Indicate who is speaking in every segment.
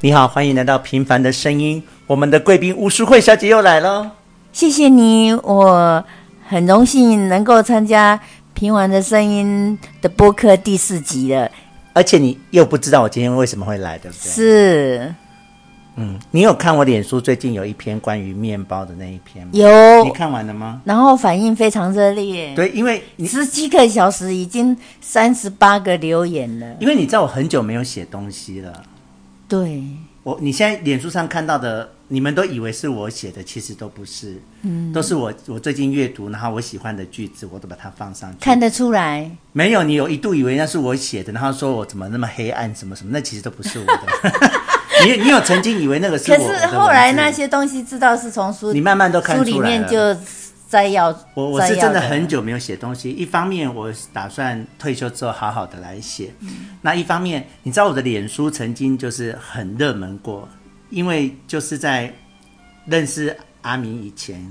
Speaker 1: 你好，欢迎来到《平凡的声音》，我们的贵宾吴淑慧小姐又来了。
Speaker 2: 谢谢你，我很荣幸能够参加《平凡的声音》的播客第四集了。
Speaker 1: 而且你又不知道我今天为什么会来，对不对？
Speaker 2: 是
Speaker 1: 你有看我脸书最近有一篇关于面包的那一篇吗？
Speaker 2: 有，
Speaker 1: 你看完了吗？
Speaker 2: 然后反应非常热烈。
Speaker 1: 对，因为你
Speaker 2: 十几个小时已经三十八个留言了。
Speaker 1: 因为你知道我很久没有写东西了，
Speaker 2: 对，
Speaker 1: 我你现在脸书上看到的，你们都以为是我写的，其实都不是，嗯，都是我我最近阅读，然后我喜欢的句子，我都把它放上去。
Speaker 2: 看得出来。
Speaker 1: 没有，你有一度以为那是我写的，然后说我怎么那么黑暗，什么什么，那其实都不是我的。 你你有曾经以为那个是
Speaker 2: 可
Speaker 1: 我
Speaker 2: 是后来那
Speaker 1: 那些。
Speaker 2: 些东西知道是从书
Speaker 1: 你慢慢都看
Speaker 2: 书里
Speaker 1: 出来
Speaker 2: 面
Speaker 1: 了。
Speaker 2: 就摘要，
Speaker 1: 我我是
Speaker 2: 摘要
Speaker 1: 真的很久没有写东西，一方面我打算退休之后好好的来写，
Speaker 2: 嗯
Speaker 1: 那一方面你知道我的脸书曾经就是很热门过，因为就是在认识阿明以前，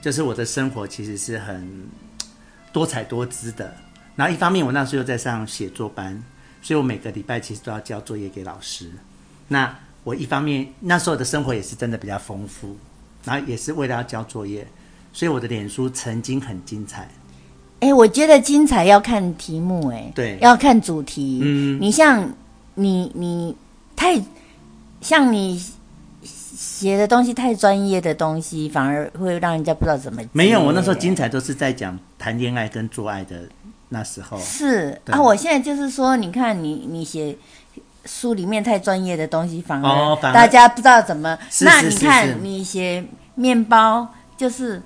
Speaker 1: 就是我的生活其实是很多彩多姿的。然后一方面我那时候又在上写作班，所以我每个礼拜其实都要交作业给老师。那我一方面那时候的生活也是真的比较丰富，然后也是为了要交作业，所以我的脸书曾经很精彩。
Speaker 2: 哎，我觉得精彩要看题目，哎，
Speaker 1: 对
Speaker 2: 要看主题。嗯，你像你你太像你写的东西太专业的东西，反而会让人家不知道怎么接。
Speaker 1: 没有，我那时候精彩都是在讲谈恋爱跟做爱的那时候。
Speaker 2: 是
Speaker 1: 对
Speaker 2: 啊，我现在就是说，你看你你写。书里面太专业的东西，反
Speaker 1: 哦
Speaker 2: 而
Speaker 1: 反而
Speaker 2: 大家不知道怎么。
Speaker 1: 是
Speaker 2: 那
Speaker 1: 是
Speaker 2: 你
Speaker 1: 是是
Speaker 2: 看你写面包，就是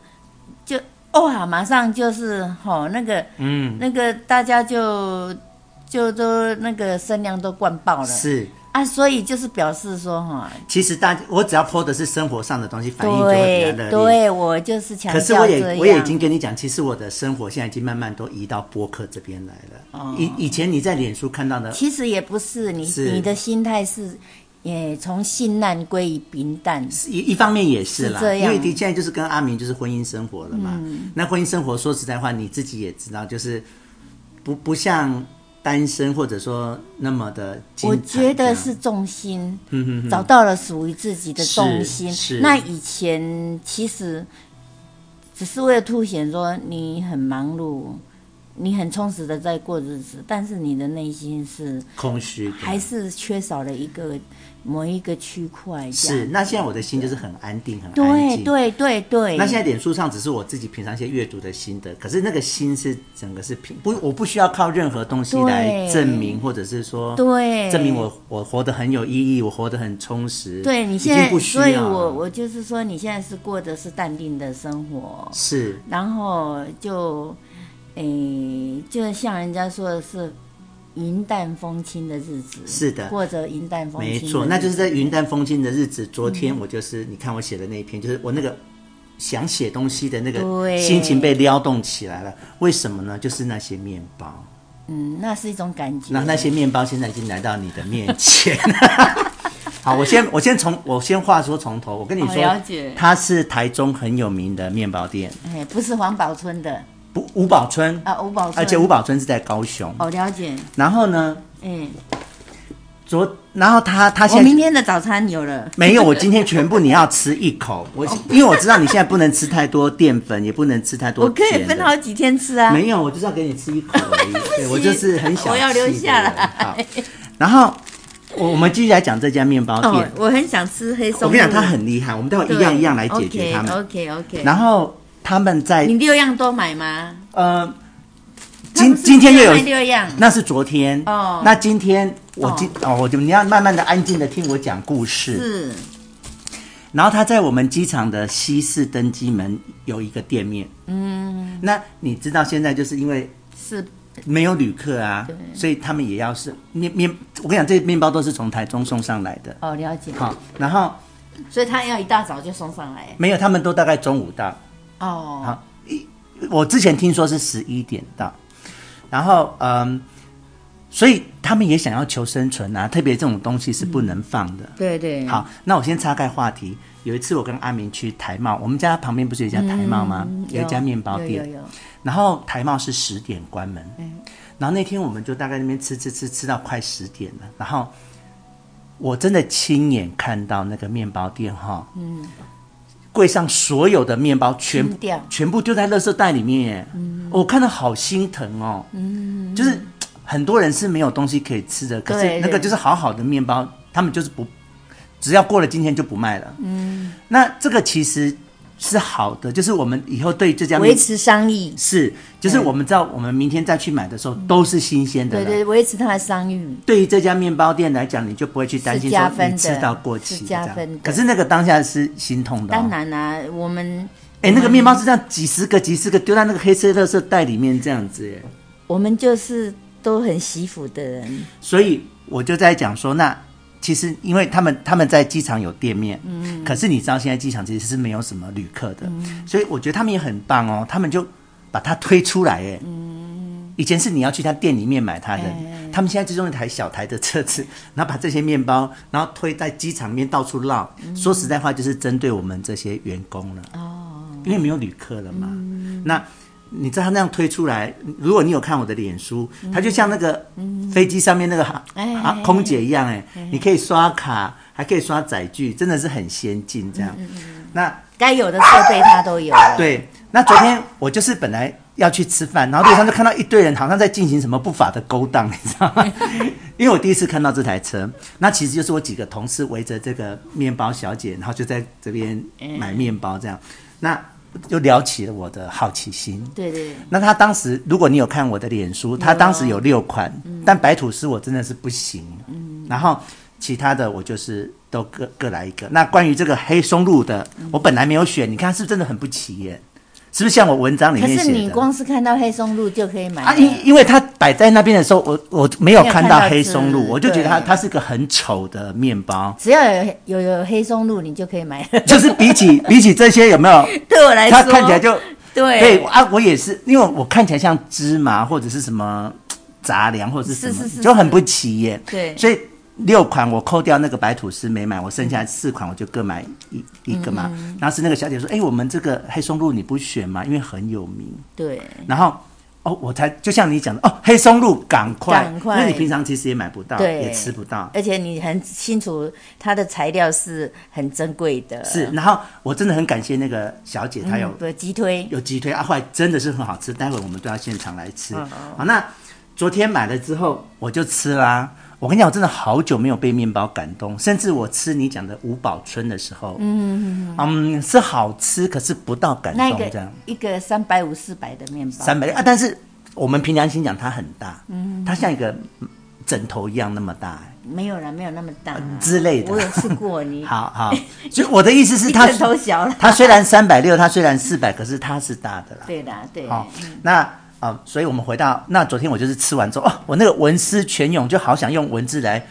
Speaker 2: 就哦好，马上就是吼、那个
Speaker 1: 嗯，
Speaker 2: 那个大家就就都那个声量都灌爆了
Speaker 1: 是。
Speaker 2: 啊，所以就是表示说哈，
Speaker 1: 其实大我只要 PO 的是生活上的东西，反应就会
Speaker 2: 对
Speaker 1: 比较热烈。
Speaker 2: 对，我就是强
Speaker 1: 可是
Speaker 2: 调
Speaker 1: 我
Speaker 2: 这
Speaker 1: 也
Speaker 2: 样。
Speaker 1: 我也已经跟你讲，其实我的生活现在已经慢慢都移到播客这边来了。以、以前你在脸书看到的，
Speaker 2: 其实也不是你
Speaker 1: 是
Speaker 2: 你的心态是，也从信难归于平淡，
Speaker 1: 一一方面也是嗯啦，
Speaker 2: 是这
Speaker 1: 因
Speaker 2: 样
Speaker 1: 为的现在就是跟阿明就是婚姻生活了嘛。那婚姻生活说实在话，你自己也知道，就是不不像单身或者说那么的精
Speaker 2: 我
Speaker 1: 彩
Speaker 2: 觉
Speaker 1: 这
Speaker 2: 得
Speaker 1: 样
Speaker 2: 是重心，找到了属于自己的重心
Speaker 1: 是是。
Speaker 2: 那以前其实只是为了凸显说你很忙碌，你很充实的在过日子，但是你的内心是
Speaker 1: 空虚的，
Speaker 2: 还是缺少了一个某一个区块。这
Speaker 1: 是
Speaker 2: 样，
Speaker 1: 那现在我的心就是很安定，很安
Speaker 2: 对
Speaker 1: 静。
Speaker 2: 对对对。
Speaker 1: 那现在脸书上只是我自己平常一些阅读的心得，可是那个心是整个是平不，我不需要靠任何东西来
Speaker 2: 对
Speaker 1: 证明，或者是说
Speaker 2: 对
Speaker 1: 证明我我活得很有意义，我活得很充实。
Speaker 2: 对你
Speaker 1: 已
Speaker 2: 现
Speaker 1: 经
Speaker 2: 在，
Speaker 1: 不需要
Speaker 2: 所
Speaker 1: 了，
Speaker 2: 以我我就是说，你现在是过的是淡定的生活，
Speaker 1: 是
Speaker 2: 然后就，诶，就像人家说的是云淡风轻的日子，
Speaker 1: 是的
Speaker 2: 过着云淡风轻的
Speaker 1: 没
Speaker 2: 日子，
Speaker 1: 错，那就是在云淡风轻的日子。昨天我就是、你看我写的那一篇，就是我那个想写东西的那个
Speaker 2: 对
Speaker 1: 心情被撩动起来了。为什么呢？就是那些面包，
Speaker 2: 嗯，那是一种感觉。
Speaker 1: 那那些面包现在已经来到你的面前。 好，我先我先从我先话说从头，我跟你
Speaker 2: 哦
Speaker 1: 说，
Speaker 2: 了解
Speaker 1: 它是台中很有名的面包店，
Speaker 2: 哎，不是黄宝村的
Speaker 1: 不五宝村，
Speaker 2: 啊，吴宝村，
Speaker 1: 而且五宝村是在高雄。
Speaker 2: 哦，了解，
Speaker 1: 然后呢，
Speaker 2: 哎，
Speaker 1: 昨然后他他
Speaker 2: 我
Speaker 1: 现在
Speaker 2: 明天的早餐有了，
Speaker 1: 没有，我今天全部你要吃一口，我因为我知道你现在不能吃太多淀粉，也不能吃太多
Speaker 2: 我可
Speaker 1: 甜的。
Speaker 2: 以分好几天吃啊。
Speaker 1: 没有，我就是要给你吃一口 而已。对我就是很小气的人。
Speaker 2: 我要留下来
Speaker 1: 好，然后我我们继续来讲这家面包
Speaker 2: 哦
Speaker 1: 店。，
Speaker 2: 我很想吃黑
Speaker 1: 我
Speaker 2: 松露。
Speaker 1: 跟你讲，它很厉害，我们待会一样一样来解决它们。
Speaker 2: OK OK OK。
Speaker 1: 然后他们在
Speaker 2: 你六样都买吗？
Speaker 1: 呃，
Speaker 2: 他
Speaker 1: 今
Speaker 2: 不是
Speaker 1: 今天又
Speaker 2: 卖
Speaker 1: 有
Speaker 2: 六样，
Speaker 1: 那是昨天
Speaker 2: 哦
Speaker 1: 那今天我今哦，我就你要慢慢的安静的听我讲故事。
Speaker 2: 是
Speaker 1: 然后他在我们机场的西式登机门有一个店面。嗯，那你知道现在就是因为
Speaker 2: 是
Speaker 1: 没有旅客啊，所以他们也要是面面，我跟你讲，这些面包都是从台中送上来的。
Speaker 2: 哦，了解。
Speaker 1: 好，然后
Speaker 2: 所以他要一大早就送上来
Speaker 1: 没有，他们都大概中午到。
Speaker 2: 哦。
Speaker 1: 好，一我之前听说是十一点到，然后嗯，所以他们也想要求生存啊，特别这种东西是不能放的。
Speaker 2: 对对，
Speaker 1: 好，那我先岔开话题。有一次我跟阿明去台茂，我们家旁边不是有一家台茂吗？
Speaker 2: 嗯
Speaker 1: 有一家面包店，
Speaker 2: 有嗯有有
Speaker 1: 然后台茂是十点关门。然后那天我们就大概那边吃吃吃吃到快十点了，然后我真的亲眼看到那个面包店哈，嗯，柜上所有的面包全
Speaker 2: 清掉
Speaker 1: 全部丢在垃圾袋里面耶，
Speaker 2: 嗯
Speaker 1: 我看到好心疼哦，就是嘖很多人是没有东西可以吃的，可是
Speaker 2: 对
Speaker 1: 那个
Speaker 2: 对
Speaker 1: 就是好好的面包，他们就是不，只要过了今天就不卖了，嗯，那这个其实是好的，就是我们以后对这家
Speaker 2: 维
Speaker 1: 面
Speaker 2: 持商誉，
Speaker 1: 是，就是我们知道我们明天再去买的时候都是新鲜的
Speaker 2: 对
Speaker 1: 了，
Speaker 2: 对，维持它的商誉，
Speaker 1: 对于这家面包店来讲，你就不会去担心
Speaker 2: 是加
Speaker 1: 说
Speaker 2: 分
Speaker 1: 你
Speaker 2: 的
Speaker 1: 吃到过期
Speaker 2: 是
Speaker 1: 这样
Speaker 2: 加分的
Speaker 1: 可是那个当下是心痛的、
Speaker 2: 当
Speaker 1: 哦。
Speaker 2: 然啦、我们
Speaker 1: 哎，那个面包是这样几十个、几十个丢在那个黑色垃圾袋里面这样子耶，
Speaker 2: 我们就是都很惜福的人，
Speaker 1: 所以我就在讲说，那其实因为他们他们在机场有店面，嗯，可是你知道现在机场其实是没有什么旅客的，所以我觉得他们也很棒哦，他们就把它推出来耶，嗯，以前是你要去他店里面买它的。他们现在就用一台小台的车 子，然后把这些面包，然后推在机场里面到处绕。说实在话，就是针对我们这些员工了。因为没有旅客了嘛。那你知道他那样推出来，如果你有看我的脸书，它就像那个飞机上面那个航
Speaker 2: 哎
Speaker 1: 啊空姐一嗯样，哎，你可以刷卡，还可以刷载具，真的是很先进这样。那
Speaker 2: 该有的设备它都有了。
Speaker 1: 对，那昨天我就是本来要去吃饭，然后路上就看到一堆人好像在进行什么不法的勾当，你知道吗？因为我第一次看到这台车，那其实就是我几个同事围着这个面包小姐，然后就在这边买面包这样，那就聊起了我的好奇心。
Speaker 2: 对对，
Speaker 1: 那他当时，如果你有看我的脸
Speaker 2: 哦
Speaker 1: 书，他当时有六款，
Speaker 2: 嗯
Speaker 1: 但白吐司我真的是不行。然后其他的我就是都各各来一个。那关于这个黑松露的，
Speaker 2: 嗯
Speaker 1: 我本来没有选，你看是不是真的很不起眼？是不是像我文章里
Speaker 2: 可
Speaker 1: 面
Speaker 2: 是你
Speaker 1: 写的？
Speaker 2: 光是看到黑松露就可以买了
Speaker 1: 啊，因因为它摆在那边的时候，我我没有看到黑松露，
Speaker 2: 没有看到字
Speaker 1: 我就觉得它
Speaker 2: 对，
Speaker 1: 它是个很丑的面包
Speaker 2: 只要有有有黑松露，你就可以买了。
Speaker 1: 就是比起比起这些有没有？
Speaker 2: 对我来哎说，
Speaker 1: 它看起来就
Speaker 2: 对
Speaker 1: 对啊，我也是，因为我看起来像芝麻或者是什么嘖杂粮或者是什么，
Speaker 2: 是是是
Speaker 1: 就很不起眼。
Speaker 2: 对
Speaker 1: 所以六款我扣掉那个白吐司没买，我剩
Speaker 2: 嗯
Speaker 1: 下四款我就各买一一个嘛。当时那个小姐说：“哎、我们这个黑松露你不选吗？因为很有名。
Speaker 2: 对”
Speaker 1: 然后。哦，我才就像你讲的哦，黑松露赶快，
Speaker 2: 赶快
Speaker 1: 因为你平常其实也买不到，
Speaker 2: 对
Speaker 1: 也吃不到，
Speaker 2: 而且你很清楚它的材料是很珍贵的，嗯
Speaker 1: 是。然后我真的很感谢那个小姐，她有
Speaker 2: 对鸡腿，
Speaker 1: 有鸡腿啊，后来真的是很好吃，待会我们都要现场来吃。
Speaker 2: 嗯
Speaker 1: 好，那昨天买了之后我就吃啦、我跟你讲，我真的好久没有被面包感动，甚至我吃你讲的五宝春的时候，嗯嗯，是好吃，可是不到感
Speaker 2: 那
Speaker 1: 动这
Speaker 2: 个
Speaker 1: 样。
Speaker 2: 一个三百五四百的面包，
Speaker 1: 三百啊，但是我们平常心讲它很大，嗯，它像一个枕头一样那么大、欸
Speaker 2: 没有啦，没有那么大
Speaker 1: 之类的
Speaker 2: 我有吃过，你
Speaker 1: 好 好，所以我的意思是
Speaker 2: 你
Speaker 1: 它
Speaker 2: 嗯枕头小了
Speaker 1: 它虽然三百六，它虽然四百，可是它是大的啦。
Speaker 2: 对啦，对，
Speaker 1: 好、那啊、呃所以我们回到那昨天我就是吃完之后，哦，我那个文思泉涌，就好想用文字来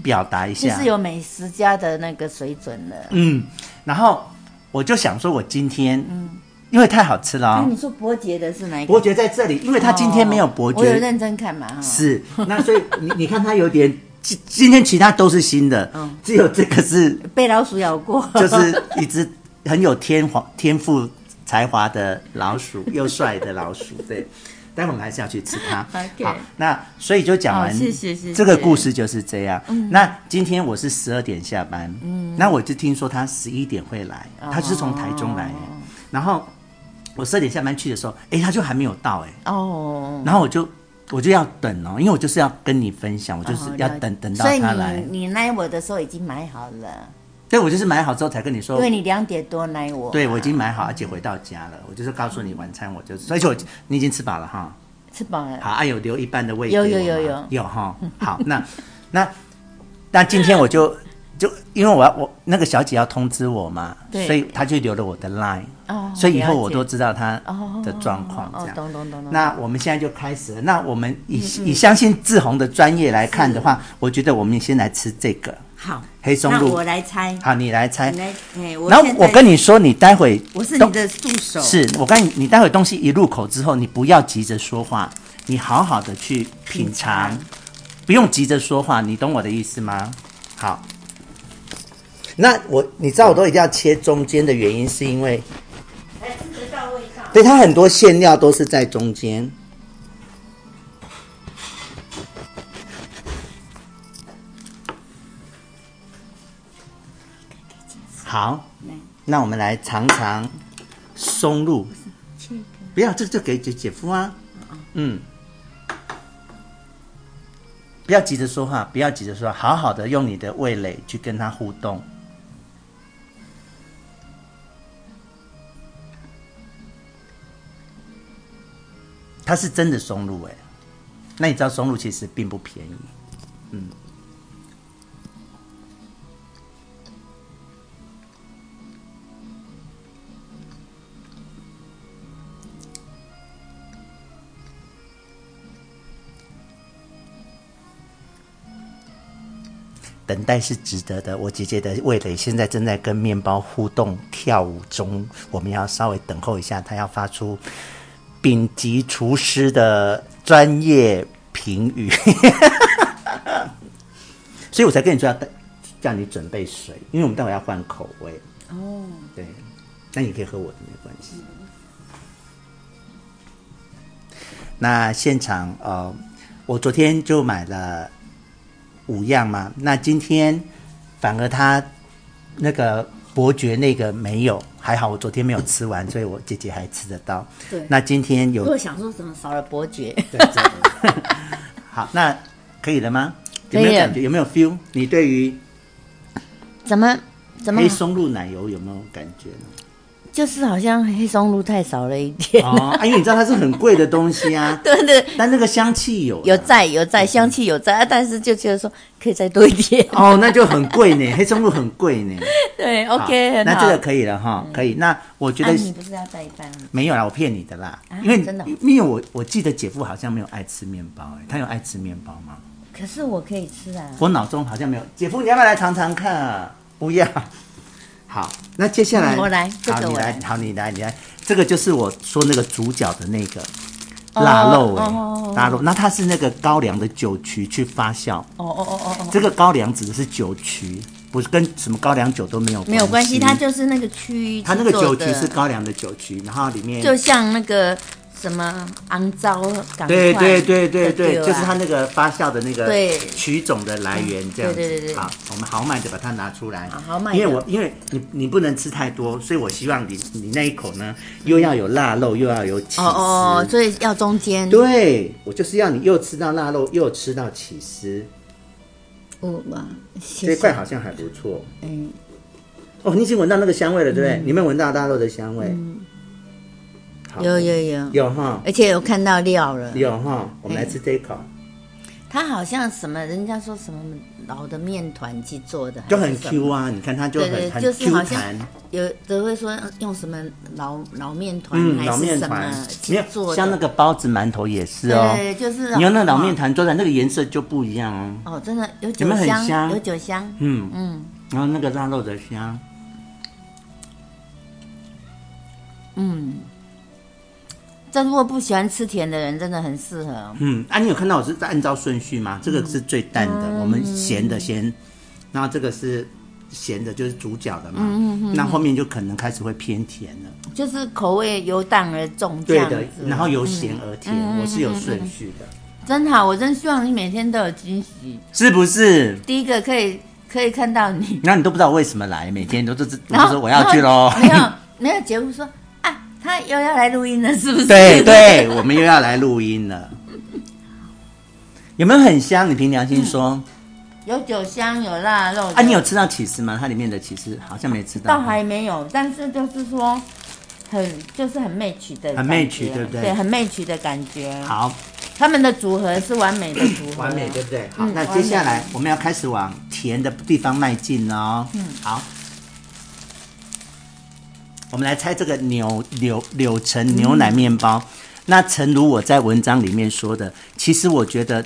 Speaker 1: 表达一
Speaker 2: 就
Speaker 1: 下
Speaker 2: 是。有美食家的那个水准了。
Speaker 1: 嗯，然后我就想说，我今天、
Speaker 2: 嗯
Speaker 1: 因为太好吃了、
Speaker 2: 那
Speaker 1: 哦，
Speaker 2: 哎你说伯爵的是哪一个？
Speaker 1: 伯爵在这里，因为他今天没有伯
Speaker 2: 哦我有
Speaker 1: 爵，
Speaker 2: 认真看嘛哈。
Speaker 1: 是那所以你你看他有点。今今天其他都是新的，
Speaker 2: 嗯
Speaker 1: 只有这个是
Speaker 2: 被老鼠咬 过，
Speaker 1: 就是一只很有天华天赋才华的老鼠，又帅的老鼠，对。待会我们还是要去吃它。
Speaker 2: OK
Speaker 1: 好，那所以就讲完，
Speaker 2: 好谢谢谢谢嗯
Speaker 1: 这个故事就是这样。那今天我是十二点下班，嗯，那我就听说他十一点会来，
Speaker 2: 哦
Speaker 1: 他就是从台中来，然后我十二点下班去的时候，哎，他就还没有到，哎，
Speaker 2: 哦，
Speaker 1: 然后我就我就要等哦，因为我就是要跟你分享，我就是要等、等到他来
Speaker 2: 哦所以，你你来我的时候已经买好了，
Speaker 1: 对我就是买好之后才跟你说，
Speaker 2: 因为你两点多来我。
Speaker 1: 哦对，我已经买好，而且回到家了。我就是告诉你晚餐，我就是，而且我你已经吃饱了哈。
Speaker 2: 吃饱了。
Speaker 1: 好，啊，有留一半的胃
Speaker 2: 有
Speaker 1: 给我
Speaker 2: 有有
Speaker 1: 吗
Speaker 2: 有
Speaker 1: 有哈。好，那那那今天我就就因为我要我那个小姐要通知我嘛，
Speaker 2: 对
Speaker 1: 所以她就留了我的 line，
Speaker 2: 哦
Speaker 1: 所以以后我
Speaker 2: 了解
Speaker 1: 都知道她的状况
Speaker 2: 哦嗯
Speaker 1: 这，样。
Speaker 2: 懂懂懂懂。
Speaker 1: 那我们现在就开始了。那我们以以相信志宏的专业来看的话，我觉得我们先来吃这个
Speaker 2: 好，
Speaker 1: 黑松
Speaker 2: 嗯那
Speaker 1: 露
Speaker 2: 我。来猜，
Speaker 1: 好，你来猜
Speaker 2: 你。来，哎，我
Speaker 1: 然后
Speaker 2: 现在
Speaker 1: 我跟你说，你待会
Speaker 2: 我是
Speaker 1: 都
Speaker 2: 你的助手，
Speaker 1: 是我跟你，你待会东西一入口之后，你不要急着说话，你好好的去品尝
Speaker 2: 品，
Speaker 1: 不用急着说话，你懂我的意思吗？好。那我你知道我都一定要切中间的原因，是因为
Speaker 2: 才吃得到味道。
Speaker 1: 对它很多馅料都是在中间。好，那我们来尝尝松露。
Speaker 2: 这个
Speaker 1: 不要，这就给姐姐夫啊。嗯，不要急着说话，不要急着说话，好好的用你的味蕾去跟他互动。它是真的松露哎、那你知道松露其实并不便宜，等待是值得的。我姐姐的味蕾现在正在跟面包互动跳舞中，我们要稍微等候一下，她要发出丙级厨师的专业评语。 所以我才跟你说要带叫你准备水，因为我们待会要换口味。哦，对，但你可以喝我的没关系。那现场呃，我昨天就买了五样嘛，那今天反而他那个伯爵那个没有，还好我昨天没有吃完，所以我姐姐还吃得到。
Speaker 2: 对
Speaker 1: 那今天有
Speaker 2: 我有想说怎么少了伯爵？
Speaker 1: 对真的 好，那可以了吗？有没
Speaker 2: 可以
Speaker 1: 有感觉？有没有 feel？你对于
Speaker 2: 怎么怎么
Speaker 1: 黑松露奶油有没有感觉 呢？
Speaker 2: 就是好像黑松露太少了一点？，
Speaker 1: 哦，啊因为你知道它是很贵的东西啊
Speaker 2: 对对，
Speaker 1: 但那个香气有啊
Speaker 2: 有在有在，香气有在，啊但是就觉得说可以再多一点。
Speaker 1: 哦，那就很贵呢， 黑松露很贵呢。
Speaker 2: 对
Speaker 1: 好
Speaker 2: ，OK，很
Speaker 1: 那
Speaker 2: 好。
Speaker 1: 这个可以了哈，可以。那我觉
Speaker 2: 啊，
Speaker 1: 得
Speaker 2: 你不是要带一半吗？
Speaker 1: 没有啦，我骗你的啦
Speaker 2: 啊，
Speaker 1: 因为
Speaker 2: 真的哦
Speaker 1: 因为我我记得姐夫好像没有爱吃面包，哎，他有爱吃面包吗？
Speaker 2: 可是我可以吃啊。
Speaker 1: 我脑中好像没有。姐夫，你要不要来尝尝看啊？不要。 好，那接下来、
Speaker 2: 嗯我来这
Speaker 1: 好，
Speaker 2: 个
Speaker 1: 你
Speaker 2: 我
Speaker 1: 来
Speaker 2: 来，
Speaker 1: 好，你来，你来。这个就是我说那个主角的那个腊肉哎、
Speaker 2: 哦
Speaker 1: 腊肉。那它是那个高粱的酒曲去发酵，
Speaker 2: 哦哦哦哦哦，
Speaker 1: 这个高粱指的是酒曲，不是跟什么高粱酒都没有
Speaker 2: 没有关系，它
Speaker 1: 它
Speaker 2: 就是那个区域
Speaker 1: 它
Speaker 2: 制
Speaker 1: 那个
Speaker 2: 作
Speaker 1: 酒
Speaker 2: 的，
Speaker 1: 曲是高粱的酒曲，然后里面
Speaker 2: 就像那个什么肮脏，赶快
Speaker 1: 对对对对对，
Speaker 2: 啊
Speaker 1: 就是它那个发酵的那个
Speaker 2: 对
Speaker 1: 曲种的来源这样子。
Speaker 2: 对对对对
Speaker 1: 好，我们豪迈的把它拿出来。
Speaker 2: 好豪迈地
Speaker 1: 因为我因为你你不能吃太多，所以我希望你你那一口呢，又要有腊肉，又要有起司。
Speaker 2: 哦哦，哦，所以要中间。
Speaker 1: 对，我就是要你又吃到腊肉，又吃到起司，
Speaker 2: 哦，哇，
Speaker 1: 这
Speaker 2: 谢
Speaker 1: 一块
Speaker 2: 谢。
Speaker 1: 好像还不错。
Speaker 2: 嗯，
Speaker 1: 哦，你已经闻到那个香味了，对不对？你有没有闻到腊肉的香味？好
Speaker 2: 有有有，
Speaker 1: 嗯有哎哈，
Speaker 2: 而且有看到料了。
Speaker 1: 有哈，我们来吃这一口，
Speaker 2: 它好像什么，人家说什么老的面团去做的，
Speaker 1: 就很
Speaker 2: 还是什么
Speaker 1: Q 啊！你看它就
Speaker 2: 对
Speaker 1: 很
Speaker 2: 对，
Speaker 1: 很
Speaker 2: 就是好
Speaker 1: Q
Speaker 2: 像
Speaker 1: 弹。
Speaker 2: 有的会说用什么老老面团
Speaker 1: 嗯，
Speaker 2: 还
Speaker 1: 老
Speaker 2: 是
Speaker 1: 面
Speaker 2: 什
Speaker 1: 团
Speaker 2: 么
Speaker 1: 没
Speaker 2: 去做
Speaker 1: 有，
Speaker 2: 的，
Speaker 1: 像那个包子、馒头也是哦。
Speaker 2: 对，就是
Speaker 1: 你用那个老面团做出来，那个颜色就不一样哦。
Speaker 2: 哦，真的有
Speaker 1: 有
Speaker 2: 酒
Speaker 1: 没有很
Speaker 2: 香，
Speaker 1: 香
Speaker 2: 有酒香，
Speaker 1: 嗯，
Speaker 2: 嗯，
Speaker 1: 然后那个腊肉的香，
Speaker 2: 这如果不喜欢吃甜的人，真的很适合。
Speaker 1: 嗯，啊，你有看到我是在按照顺序吗？这个是最淡的，
Speaker 2: 嗯
Speaker 1: 我们咸的先，然后这个是咸的，就是主角的嘛。嗯嗯那后面就可能开始会偏甜了。
Speaker 2: 就是口味由淡而重这
Speaker 1: 对
Speaker 2: 样
Speaker 1: 的
Speaker 2: 子，。嗯
Speaker 1: 然后由咸而甜，我是有顺序的，
Speaker 2: 真好，我真希望你每天都有惊喜。
Speaker 1: 是不是？
Speaker 2: 第一个可以可以看到你，
Speaker 1: 然后你都不知道为什么来，每天都是我
Speaker 2: 然
Speaker 1: 就
Speaker 2: 后
Speaker 1: 说我要去喽
Speaker 2: 然。 后没有没有，节目说啊，他又要来录音了，是不是？
Speaker 1: 对对，我们又要来录音了。有没有很香？你凭良心
Speaker 2: 嗯
Speaker 1: 说、
Speaker 2: 有酒香，有腊肉
Speaker 1: 啊！你有吃到起司吗？它里面的起司好像没吃到。
Speaker 2: 倒还没有，但是就是说很就是很 match 的感觉，
Speaker 1: 很 match，对不对
Speaker 2: 对，很 match 的感觉。
Speaker 1: 好，
Speaker 2: 他们的组合是完美的组合，
Speaker 1: 完美，对不对？好，
Speaker 2: 嗯
Speaker 1: 那接下来我们要开始往甜的地方迈进了哦。嗯，好。我们来猜这个柳柳柳橙牛奶面包。那诚如我在文章里面说的，其实我觉得